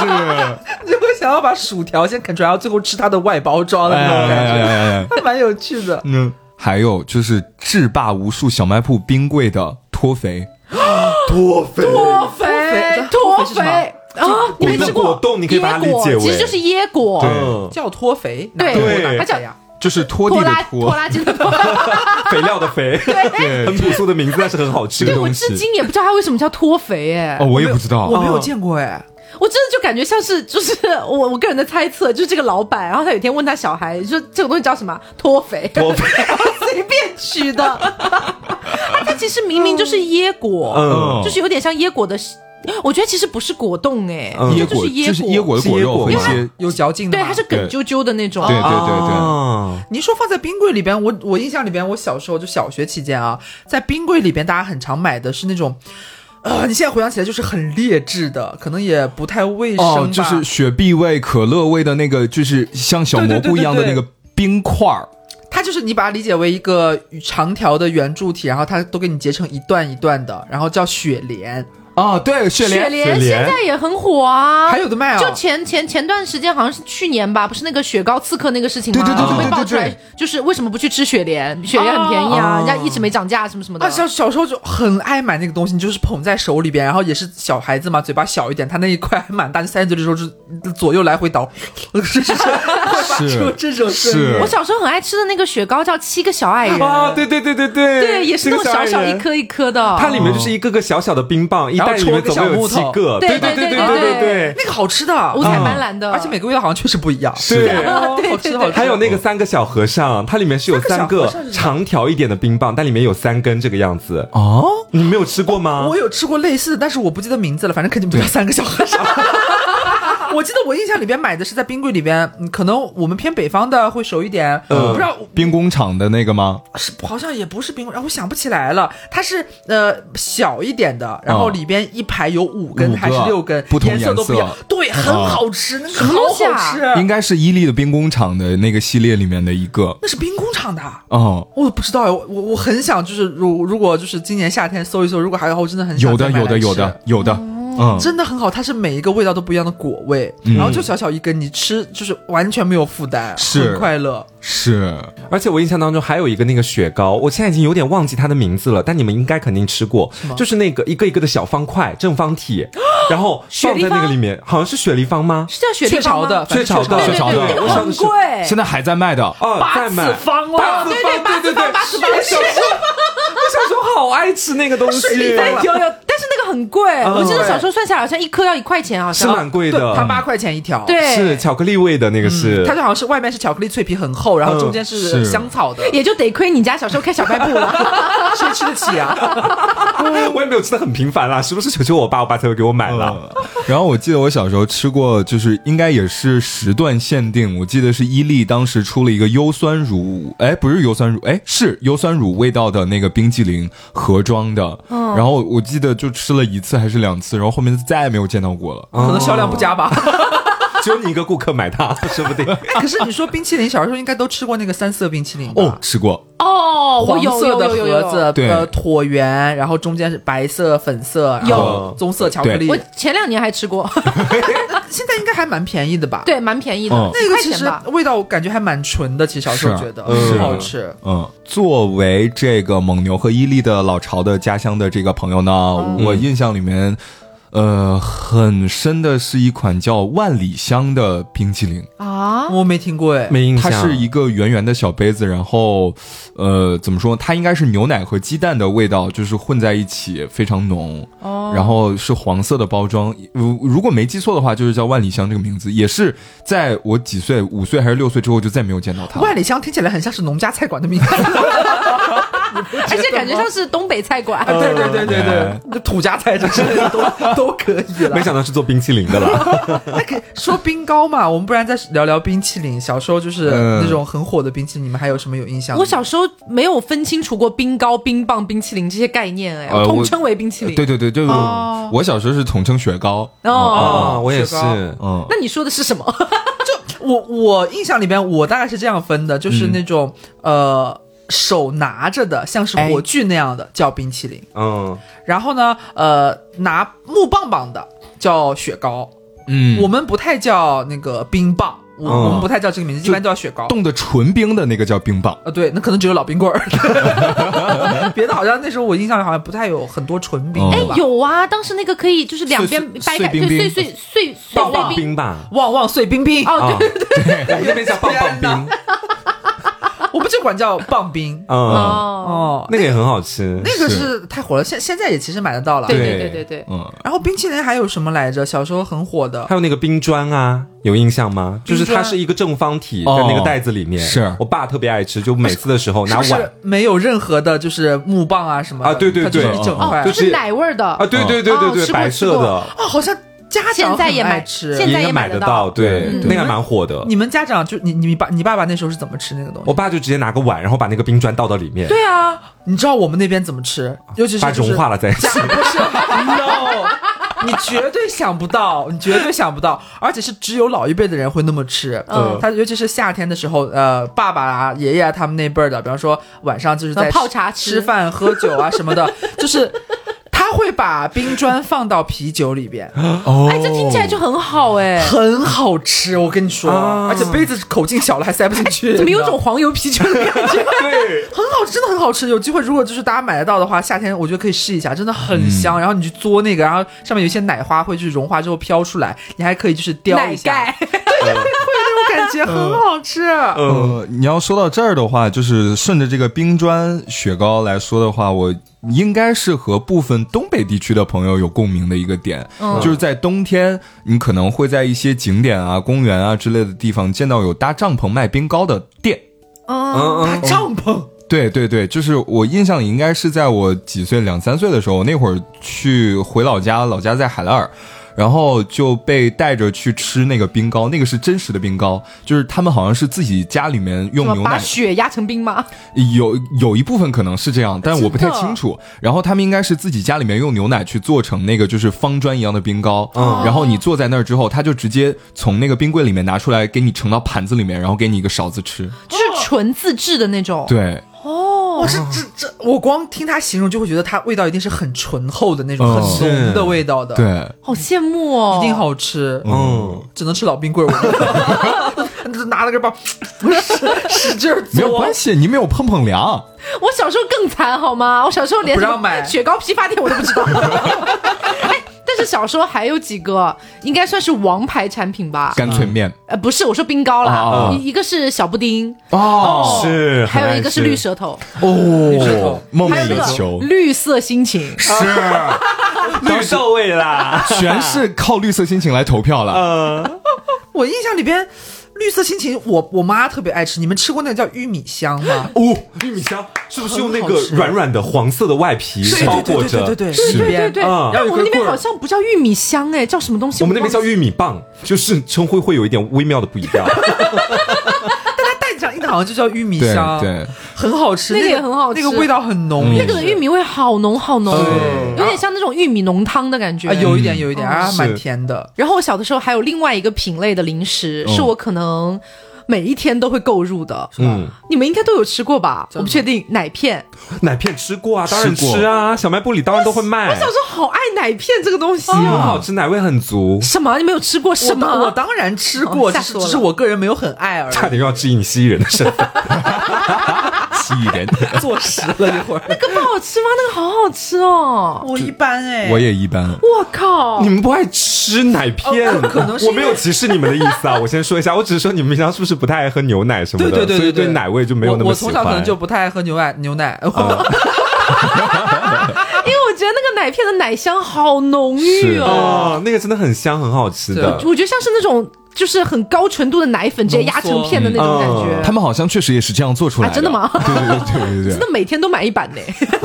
S3: 是，就会想要把薯条先啃出来，然后最后吃它的外包装的
S4: 哎
S3: 那
S4: 哎
S3: 种
S4: 哎哎
S3: 感觉，
S4: 哎哎，
S3: 还蛮有趣的。
S4: 嗯，还有就是制霸无数小卖铺冰柜的脱肥，
S2: 脱肥，
S5: 脱肥
S3: 脱肥
S5: 脱
S3: 是什么
S5: 肥啊，你没吃
S2: 果
S5: 过
S2: 冻你可以把它理解为
S5: 椰果其实就是椰果，
S2: 嗯，
S3: 叫脱肥，
S5: 对
S3: 哪个脱哪
S2: 对
S3: 个肥呀？
S4: 就是拖地
S5: 拖
S4: 的
S5: 拉拖
S4: 拖，
S5: 拉机的拖。
S2: 肥料的肥，
S4: 对
S2: 很朴素的名字，但是很好吃的
S5: 对，我
S2: 东
S5: 至
S2: 西。
S5: 今也不知道它为什么叫脱肥哎
S4: 哦，，我也不知道
S3: 我，没有见过哎，
S5: 我真的就感觉像是就是 我我个人的猜测，就是这个老板，然后他有一天问他小孩，说这个东西叫什么？脱肥，
S2: 脱肥
S5: 随便 取的。它其实明明就是椰果，
S2: 嗯
S5: 就是有点像椰果的，我觉得其实不是果冻哎、
S2: 嗯
S4: 椰
S5: 就是
S4: 果
S5: 椰
S4: 哦就是
S5: 果
S4: 椰果的果肉和一
S2: 因为它
S4: 些，
S3: 有嚼劲的
S5: 对，
S3: 吗。
S5: 它是梗啾啾的那种。
S4: 对对对
S2: 啊，
S3: 你说放在冰柜里边，我我印象里边，我小时候就小学期间啊，在冰柜里边，大家很常买的是那种，呃，你现在回想起来就是很劣质的，可能也不太卫
S4: 对，
S3: 生吧。
S4: 哦，就是雪碧味、可乐味的那个，就是像小蘑菇一样的那
S3: 对对对对对
S4: 个冰块儿，
S3: 它就是你把它理解为一个长条的圆柱体，然后它都给你截成一段一段的，然后叫雪莲，
S4: 啊，对，雪
S5: 雪
S4: 莲，
S5: 莲现在也很火啊，
S3: 还有的卖啊。
S5: 就前前前段时间好像是去年吧，不是那个雪糕刺客那个事情吗？
S4: 对对对对
S5: 就被爆出
S4: 对
S5: 来
S4: 对，
S5: 就是为什么不去吃雪莲？雪莲很便宜啊，人家一直没涨价什么什么的。
S3: 啊，小小时候就很爱买那个东西，你就是捧在手里边，然后也是小孩子嘛，嘴巴小一点，他那一块还蛮大，就塞进嘴里的时候就左右来回倒， 是是是，会发 出这种声音
S4: 是
S5: 我小时候很爱吃的那个雪糕叫七个小矮人，
S2: 啊，对对对对对，
S5: 对，也是那种
S2: 这个
S5: 小小
S2: 矮
S5: 一
S2: 人。
S5: 颗一颗的。
S2: 它里面就是一个个小小的冰棒，一
S3: 然后
S2: 袋里面
S3: 戳个
S2: 总共有七
S3: 小木头
S2: 个，
S5: 对
S2: 对
S5: 对
S2: 对
S5: 对
S2: 对对。
S3: 那个好吃的，
S5: 五彩斑斓的，
S3: 啊而且每个味道好像确实不一样，
S2: 是
S3: 哦好吃好吃。
S2: 还有那个三个小和尚，它里面是有三
S3: 三个
S2: 个
S3: 小和尚是什么
S2: 长条一点的冰棒，但里面有三根这个样子。
S4: 哦，
S2: 你没有吃过吗
S3: 我？有吃过类似的，但是我不记得名字了，反正肯定不叫三个小 和尚。我记得我印象里边买的是在冰柜里边，嗯可能我们偏北方的会熟一点，我不知道
S4: 冰工厂的那个吗？
S3: 是好像也不是冰柜，啊我想不起来了。它是呃小一点的，然后
S4: 哦
S3: 里边一排有嗯五根
S4: 五个
S3: 还是六根，
S4: 不同
S3: 颜色都不一样
S4: 颜色，
S3: 对，很好吃，那个
S5: 么
S3: 好
S5: 东西啊
S3: 好吃，
S4: 应该是伊利的兵工厂的那个系列里面的一个。
S3: 那是兵工厂的啊。
S4: 哦，
S3: 我不知道哎，我我我很想就是如如果就是今年夏天搜一搜，如果还有，我真的很想
S4: 有的，
S3: 再买
S4: 有
S3: 来
S4: 的，
S3: 吃
S4: 有的，，有的，嗯，
S3: 真的很好，它是每一个味道都不一样的果味，然后就小小一根，你吃就是完全没有负担，
S4: 是
S3: 很快乐。
S4: 是
S2: 而且我印象当中还有一个那个雪糕，我现在已经有点忘记它的名字了，但你们应该肯定吃过，就是那个一个一个的小方块正方体，然 后放在那个里面，好像是雪梨方吗？
S5: 是叫雪
S3: 雀
S5: 梨方
S3: 巢
S5: 吗
S3: 的，
S2: 雀巢的，
S5: 对
S4: 雀巢
S5: 对
S4: 的
S5: 对，那
S2: 我
S5: 个
S2: 上
S5: 很
S2: 次
S5: 贵。
S4: 现在还在卖的。
S2: 哦，在买
S3: 方
S2: 八
S3: 了
S2: 字方， 对对对，我小时候，我小时候好爱吃那个东西，
S5: 对有有，但是那个很贵，
S2: 嗯
S5: 我记得小时候算下来好像一颗要一块钱，好
S2: 是
S5: 像
S2: 蛮贵的，
S3: 对它八块钱一条，
S5: 对
S2: 是巧克力味的那个是，
S3: 它就好像是外面是巧克力脆皮很厚，然后中间是
S4: 嗯是
S3: 香草 的，
S5: 也就得亏你家小时候开小卖部了。
S3: 谁吃得起啊？
S2: 我也没有吃的很频繁啦，时不时求求我爸，我爸才会给我买 啦。
S4: 嗯 然后我记得我小时候吃过，就是应该也是时段限定，我记得是伊利当时出了一个优酸乳，哎，不是优酸乳，哎，是优酸乳味道的那个冰激凌盒装的。然后我记得就吃了一次还是两次，然后后面再也没有见到过了。
S3: 可能销量不 佳吧。
S2: 只有你一个顾客买它，说不定。
S3: 哎可是你说冰淇淋，小时候应该都吃过那个三色冰淇淋吧
S4: 哦，。吃过，
S5: 哦，我
S3: 黄
S5: 有
S3: 色
S5: 有
S3: 的
S5: 有有有
S3: 盒子，
S4: 对
S3: 呃，椭圆，然后中间是白色、粉色，然
S4: 哦
S3: 后棕色巧克力
S5: 我。前两年还吃过，
S3: 现在应该还蛮便宜的吧？，
S5: 对，蛮便宜的
S4: 嗯，
S3: 那
S5: 一
S3: 个
S5: 块
S3: 其
S5: 钱
S3: 实
S5: 吧。
S3: 味道感觉还蛮纯的，其实小时候
S4: 是啊
S3: 觉得
S2: 嗯
S3: 很好吃。
S4: 嗯，作为这个蒙牛和伊利的老巢的家乡的这个朋友呢，我印象里面，呃，很深的是一款叫万里香的冰淇淋。
S5: 啊，
S3: 我没听过哎，
S2: 没印
S4: 它
S2: 象，
S4: 是一个圆圆的小杯子，然后，呃，怎么说？它应该是牛奶和鸡蛋的味道，就是混在一起，非常浓。哦，然后是黄色的包装，如如果没记错的话，就是叫万里香这个名字，也是在我几岁，五岁还是六岁之后就再没有见到它。
S3: 万里香听起来很像是农家菜馆的名字，
S5: 而且感觉像是东北菜馆。
S3: 呃对对对对
S4: 哎
S3: 对，那土家菜这些都都可以了
S2: 没。想到是做冰淇淋的啦。
S3: 那可以 说冰糕嘛，我们不然再聊聊冰淇淋。小时候就是
S4: 嗯
S3: 那种很火的冰淇淋，你们还有什么有印象的吗？
S5: 我小时候没有分清楚过冰糕、冰棒、冰淇淋这些概念，哎，
S4: 呃
S5: 我
S4: 我
S5: 统称为冰淇淋。
S4: 对对对，就、我小时候是统称雪糕。
S5: 哦，
S2: 啊，我也是
S3: 雪糕
S4: 嗯，
S5: 那你说的是什么？
S3: 我我印象里边，我大概是这样分的，
S4: 嗯
S3: 就是那种、呃手拿着的，像是火炬那样的、叫冰淇淋，
S2: 嗯，
S3: 然后呢，呃拿木棒棒的叫雪糕，
S4: 嗯，
S3: 我们不太叫那个冰棒，我、
S2: 嗯
S3: 我们不太叫这个名字，一
S4: 就
S3: 般叫雪糕。
S4: 冻的纯冰的那个叫冰棒。
S3: 呃，对，那可能只有老冰棍儿， 别的好像那时候我印象里好像不太有很多纯
S2: 哦
S3: 冰
S4: 哎
S3: 的
S4: 嗯
S3: 吧。
S5: 有啊，当时那个可以就是两边
S4: 碎
S5: 掰开，
S4: 碎冰冰
S5: 对，碎碎碎碎
S2: 棒棒
S5: 冰。
S2: 冰吧。
S3: 旺旺碎冰冰，
S5: 哦，
S2: 啊
S5: 对，，
S2: 我们这边叫棒棒
S3: 天
S2: 冰，
S3: 我们就管叫棒冰。
S2: 嗯，
S5: 哦，
S3: 哦，
S2: 那个也很好吃。
S3: 那个
S4: 是
S3: 是太火了，现现在也其实买得到了。
S5: 对
S2: 对
S5: 对对对对，
S4: 嗯，
S3: 然后冰淇淋还有什么来着？小时候很火的，
S2: 还有那个冰砖啊，有印象吗？就
S3: 冰砖
S2: 是它是一个正方体，在
S4: 哦
S2: 那个袋子里面。
S4: 是
S2: 我爸特别爱吃，就每次的时候
S3: 是
S2: 拿
S3: 不
S2: 碗
S3: 是没有任何的，就是木棒啊什么的
S2: 啊对对
S3: 它就是
S4: 对
S3: 一整块
S5: 哦，
S2: 就
S5: 就是是奶味儿
S2: 啊，
S5: 的，
S2: 对对对对
S5: 哦
S2: 对，
S5: 吃过
S2: 白色的，
S3: 哦，好像家长
S5: 现在也
S3: 很爱
S5: 买
S3: 吃
S5: 现。在
S2: 应该
S5: 也
S2: 买
S5: 买
S2: 得
S5: 得
S2: 到，
S5: 到
S2: 对，
S4: 嗯
S2: 那个还蛮火的。
S3: 你们家长就你你爸你爸爸那时候是怎么吃那个东
S2: 我
S3: 西？
S2: 爸就直接拿个碗，然后把那个冰砖倒到里面，
S3: 对啊，你知道我们那边怎么吃？尤其是
S2: 把
S3: 就是
S2: 融化了再吃
S3: 家。 不是 no，你绝对想不到，你绝对想不到，而且是只有老一辈的人会那么吃。
S5: 嗯
S3: 他尤其是夏天的时候，呃，爸爸啊、爷爷啊他们那辈儿的，比方说晚上就是在
S5: 嗯泡茶吃
S3: 吃饭、喝酒啊什么 的，就是他会把冰砖放到啤酒里边，
S4: 哦，
S5: 哎，这听起来就很好 哎，
S3: 很好吃，我跟你说，
S2: 啊
S3: 而且杯子口径小了还塞不进去，
S5: 怎么有
S3: 你知道
S5: 种
S3: 吗
S5: 黄油啤酒的感觉？
S2: 对，
S3: 很好吃，真的很好吃。有机会如果就是大家买得到的话，夏天我觉得可以试一下，真的很
S4: 嗯
S3: 香。然后你去嘬那个，然后上面有一些奶花会就是融化之后飘出来，你还可以就是叼
S5: 奶
S3: 啊一下，
S5: 盖，
S3: 那种 感觉很好吃。
S4: 呃，你要说到这儿的话，就是顺着这个冰砖雪糕来说的话，我应该是和部分东北地区的朋友有共鸣的一个点，就是在冬天，你可能会在一些景点啊、公园啊之类的地方见到有搭帐篷卖冰糕的店。
S5: 嗯，
S2: 嗯嗯，
S3: 帐篷，
S4: 对对对，就是我印象里应该是在我几岁，两三岁的时候，那会儿去回老家，老家在海拉尔，然后就被带着去吃那个冰糕，那个是真实的冰糕，就是他们好像是自己家里面用
S5: 什
S4: 牛
S5: 么把
S4: 奶
S5: 雪压成冰吗？
S4: 有有一部分可能是这样，但我不太
S5: 真的
S4: 清楚。然后他们应该是自己家里面用牛奶去做成那个就是方砖一样的冰糕，
S5: 哦
S2: 嗯
S4: 然后你坐在那儿之后，他就直接从那个冰柜里面拿出来，给你盛到盘子里面，然后给你一个勺子吃。
S5: 就是纯自制的那种。
S4: 对，
S3: 哇，这这这，我光听他形容就会觉得它味道一定是很醇厚的那种，
S4: 嗯
S3: 很浓的味道的，，
S4: 对，
S5: 好羡慕哦！
S3: 一定好吃。
S2: 嗯，
S3: 只能吃老冰棍儿， 我拿了个包，使使劲儿
S4: 没有
S3: 嘬
S4: 关系，你们有碰碰凉，
S5: 我小时候更惨好吗？我小时候连
S3: 不
S5: 什
S3: 让
S5: 么
S3: 买
S5: 雪糕批发店我都不知道。哎，但但是小时候还有几个应该算是王牌产品吧？
S4: 干脆面
S5: 呃，不是，我说冰糕啦
S4: 哦，
S5: 一一个是小布丁，
S4: 哦
S2: 是，
S5: 还有一个是绿
S2: 色，
S5: 舌头，
S4: 哦，梦
S5: 还有
S4: 寐
S5: 那
S4: 以
S5: 个
S4: 求
S5: 绿色心情。
S4: 是，
S2: 绿豆味啦，
S4: 全是靠绿色心情来投票了。
S5: 呃
S2: 嗯，
S3: 我印象里边，绿色心情，我我妈特别爱吃。你们吃过那个叫玉米香吗？
S2: 哦，玉米香是不是用那
S3: 很
S2: 个
S3: 好吃
S2: 软软的黄色的外皮
S3: 对
S2: 包
S3: 对对
S2: 裹
S3: 对对对
S2: 着？
S3: 对，
S4: 是
S3: 里
S5: 对对
S3: 边
S5: 对，哎
S2: 嗯
S3: 然后有一
S5: 我
S3: 根
S5: 们那边
S3: 棍儿
S5: 好像不叫玉米香哎，叫什么东西？
S2: 我们那边叫
S5: 玉，
S2: 玉米棒，就是称呼会有一点微妙的不一 样。
S3: 它蛋上印的好像就叫玉米
S4: 对
S3: 香，
S4: 对，
S3: 很好吃，
S5: 那个
S3: 个
S5: 也很好吃
S3: 那个味道很浓，
S4: 嗯
S5: 那个的玉米味好浓好浓，
S4: 对
S5: 有点像那种玉米浓汤的感觉。
S3: 啊，有一点有一点，
S5: 嗯
S3: 啊，
S2: 是
S3: 蛮甜的。
S5: 然后我小的时候还有另外一个品类的零食，
S4: 嗯
S5: 是我可能每一天都会购入的。
S2: 嗯，
S5: 你们应该都有吃过吧？我不确定奶片，
S2: 奶片吃过啊，当然
S4: 吃过
S2: 吃啊，小卖部里当然都会卖。
S5: 小时候好爱奶片这个东西
S2: 很
S3: 哦
S5: 啊！
S2: 好吃，奶味很足，
S5: 什么？你没有吃过
S3: 我
S5: 什
S3: 当我
S5: 么？
S3: 当然吃过，
S5: 哦
S3: 只
S5: 吓
S3: 是
S5: 死我
S3: 只
S5: 了
S3: 是我个人没有很爱而
S2: 差
S3: 已。
S2: 点又要质疑你蜥蜴人的身份。
S4: 蜥蜴人，
S3: 坐实了一 会儿，
S5: 不好吃吗？那个好好吃哦！
S3: 我一般哎，
S4: 我也一 般。
S5: 我靠！
S2: 你们不爱吃奶片，
S3: 哦哦可可能是因
S2: 我
S3: 为
S2: 没有歧视你们的意思啊。我先说一下，我只是说你们平常是不是不太爱喝牛奶什么
S3: 对
S2: 的，
S3: 对对
S2: 所以
S3: 对对，
S2: 对奶味就没有那
S3: 我
S2: 么
S3: 我
S2: 喜欢。啊
S3: 从小可能就不太爱喝牛奶牛奶，
S5: 因为我觉得那个奶片的奶香好浓郁
S4: 是
S5: 哦，
S2: 哦，那个真的很香，很好吃的
S3: 对。
S5: 我觉得像是那种就是很高纯度的奶粉直接压成片的那种感觉。
S4: 哦他们好像确实也是这样做出来的。
S5: 啊真的吗
S4: 对对对对对
S5: 真的
S4: 对。
S5: 每天都买一版呢，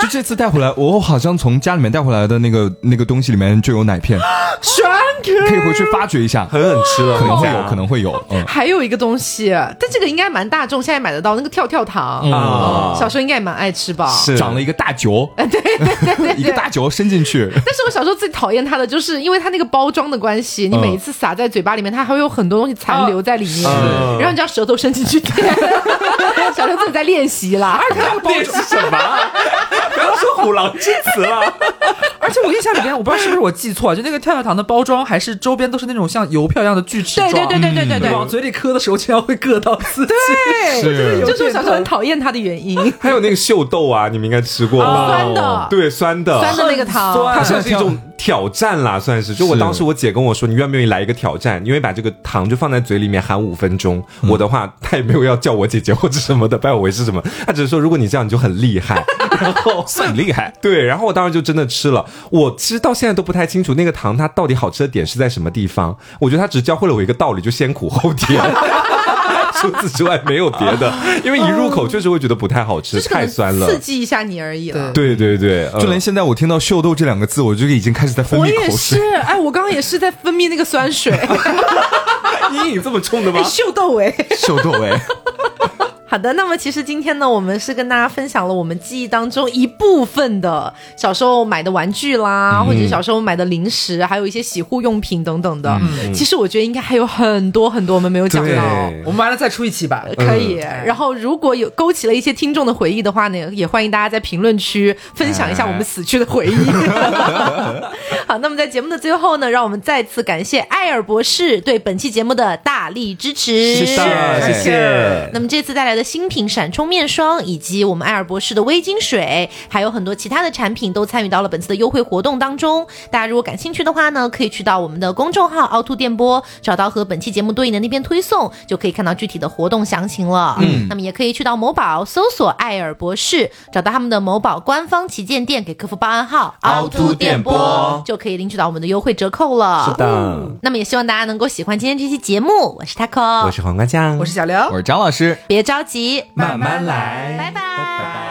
S4: 就这次带回来，我好像从家里面带回来的那个那个东西里面就有奶片，
S5: 全可
S4: 可以回去发掘一下，
S2: 狠狠吃了，
S4: 可能
S2: 回
S4: 会有，
S2: 家
S4: 可能会 有。嗯，
S5: 还有一个东西，但这个应该蛮大众，现在买得到那个跳跳糖，
S2: 啊
S5: 小时候应该也蛮爱吃吧。
S2: 是
S4: 长了一个大 球，一个大球伸进 去，
S5: 但是我小时候最讨厌它的就是，因为它那个包装的关系，你
S4: 嗯
S5: 每一次撒在嘴巴里面，它还会有很多东西残留在里面，
S2: 嗯
S5: 然后你就要舌头伸进去舔。小时候自己在练习啦，
S2: 那是什么啊？ 不要说虎狼之词啊了。
S3: 而且我印象里边，我不知道是不是我记错，就那个跳跳糖的包装还是周边都是那种像邮票一样的锯齿状，
S5: 对对对对对对
S2: 嗯
S5: 对
S3: 往嘴里磕的时候竟然会硌到自己。
S4: 是
S5: 这是我小时候很讨厌它的原因。
S2: 还有那个秀豆啊，你们应该吃过，
S5: 哦酸的
S2: 对，酸的，
S5: 酸的那个糖
S2: 酸它
S4: 它
S2: 算
S4: 算
S2: 是一
S4: 是一
S2: 种
S4: 种
S2: 挑战啦，算啊是。就我
S4: 是
S2: 当时我姐跟我说，你愿不愿意来一个挑战？因为把这个糖就放在嘴里面含五分钟。我的话，她也没有要叫我姐姐或者什么的，拜我为师什么，她只是说如果你这样，你就很厉 害。然后
S4: 算厉害。
S2: 对，然后我当时就真的吃了。我其实到现在都不太清楚那个糖它到底好吃的点是在什么地方。我觉得它只教会了我一个道理，就先苦后甜。 除此之外没有别的，因为一入口确实会觉得不太好吃，
S5: 就是可
S2: 太
S5: 能
S2: 酸了
S5: 刺。激一下你而已了。
S2: 对对对，嗯
S4: 就连现在我听到“秀豆”这两个字，我就已经开始在分
S5: 我
S4: 泌
S5: 也
S4: 口
S5: 是
S4: 水。，
S5: 哎，我刚刚也是在分泌那个酸水，
S2: 阴影这么重的吗
S5: 哎，秀豆哎。
S4: 秀豆哎，
S5: 好的，那么其实今天呢，我们是跟大家分享了我们记忆当中一部分的小时候买的玩具啦，
S2: 嗯
S5: 或者小时候买的零食，啊还有一些洗护用品等等的。
S2: 嗯
S5: 其实我觉得应该还有很多很多我们没有讲
S2: 对
S5: 到。
S3: 我们完了再出一期吧。
S5: 可以，
S2: 嗯
S5: 然后如果有勾起了一些听众的回忆的话呢，也欢迎大家在评论区分享一下我们死去的回忆。 好，那么在节目的最后呢，让我们再次感谢艾尔博士对本期节目的大力支持，
S2: 是的，谢谢。
S5: 那么这次带来的新品闪充面霜，以及我们艾尔博士的微晶水，还有很多其他的产品都参与到了本次的优惠活动当中。大家如果感兴趣的话呢，可以去到我们的公众号“凹凸电波”，找到和本期节目对应的那篇推送，就可以看到具体的活动详情了。嗯，那么也可以去到某宝搜索“艾尔博士”，找到他们的某宝官方旗舰店，给客服报暗号“
S2: 凹凸电波”，
S5: 就可以领取到我们的优惠折扣了。
S2: 是的
S5: 嗯那么也希望大家能够喜欢今天这期节目。我是 Taco，
S2: 我是黄瓜酱，
S3: 我是小刘
S4: 我，是张老师，
S5: 别着急，
S4: 慢慢来
S5: 拜拜。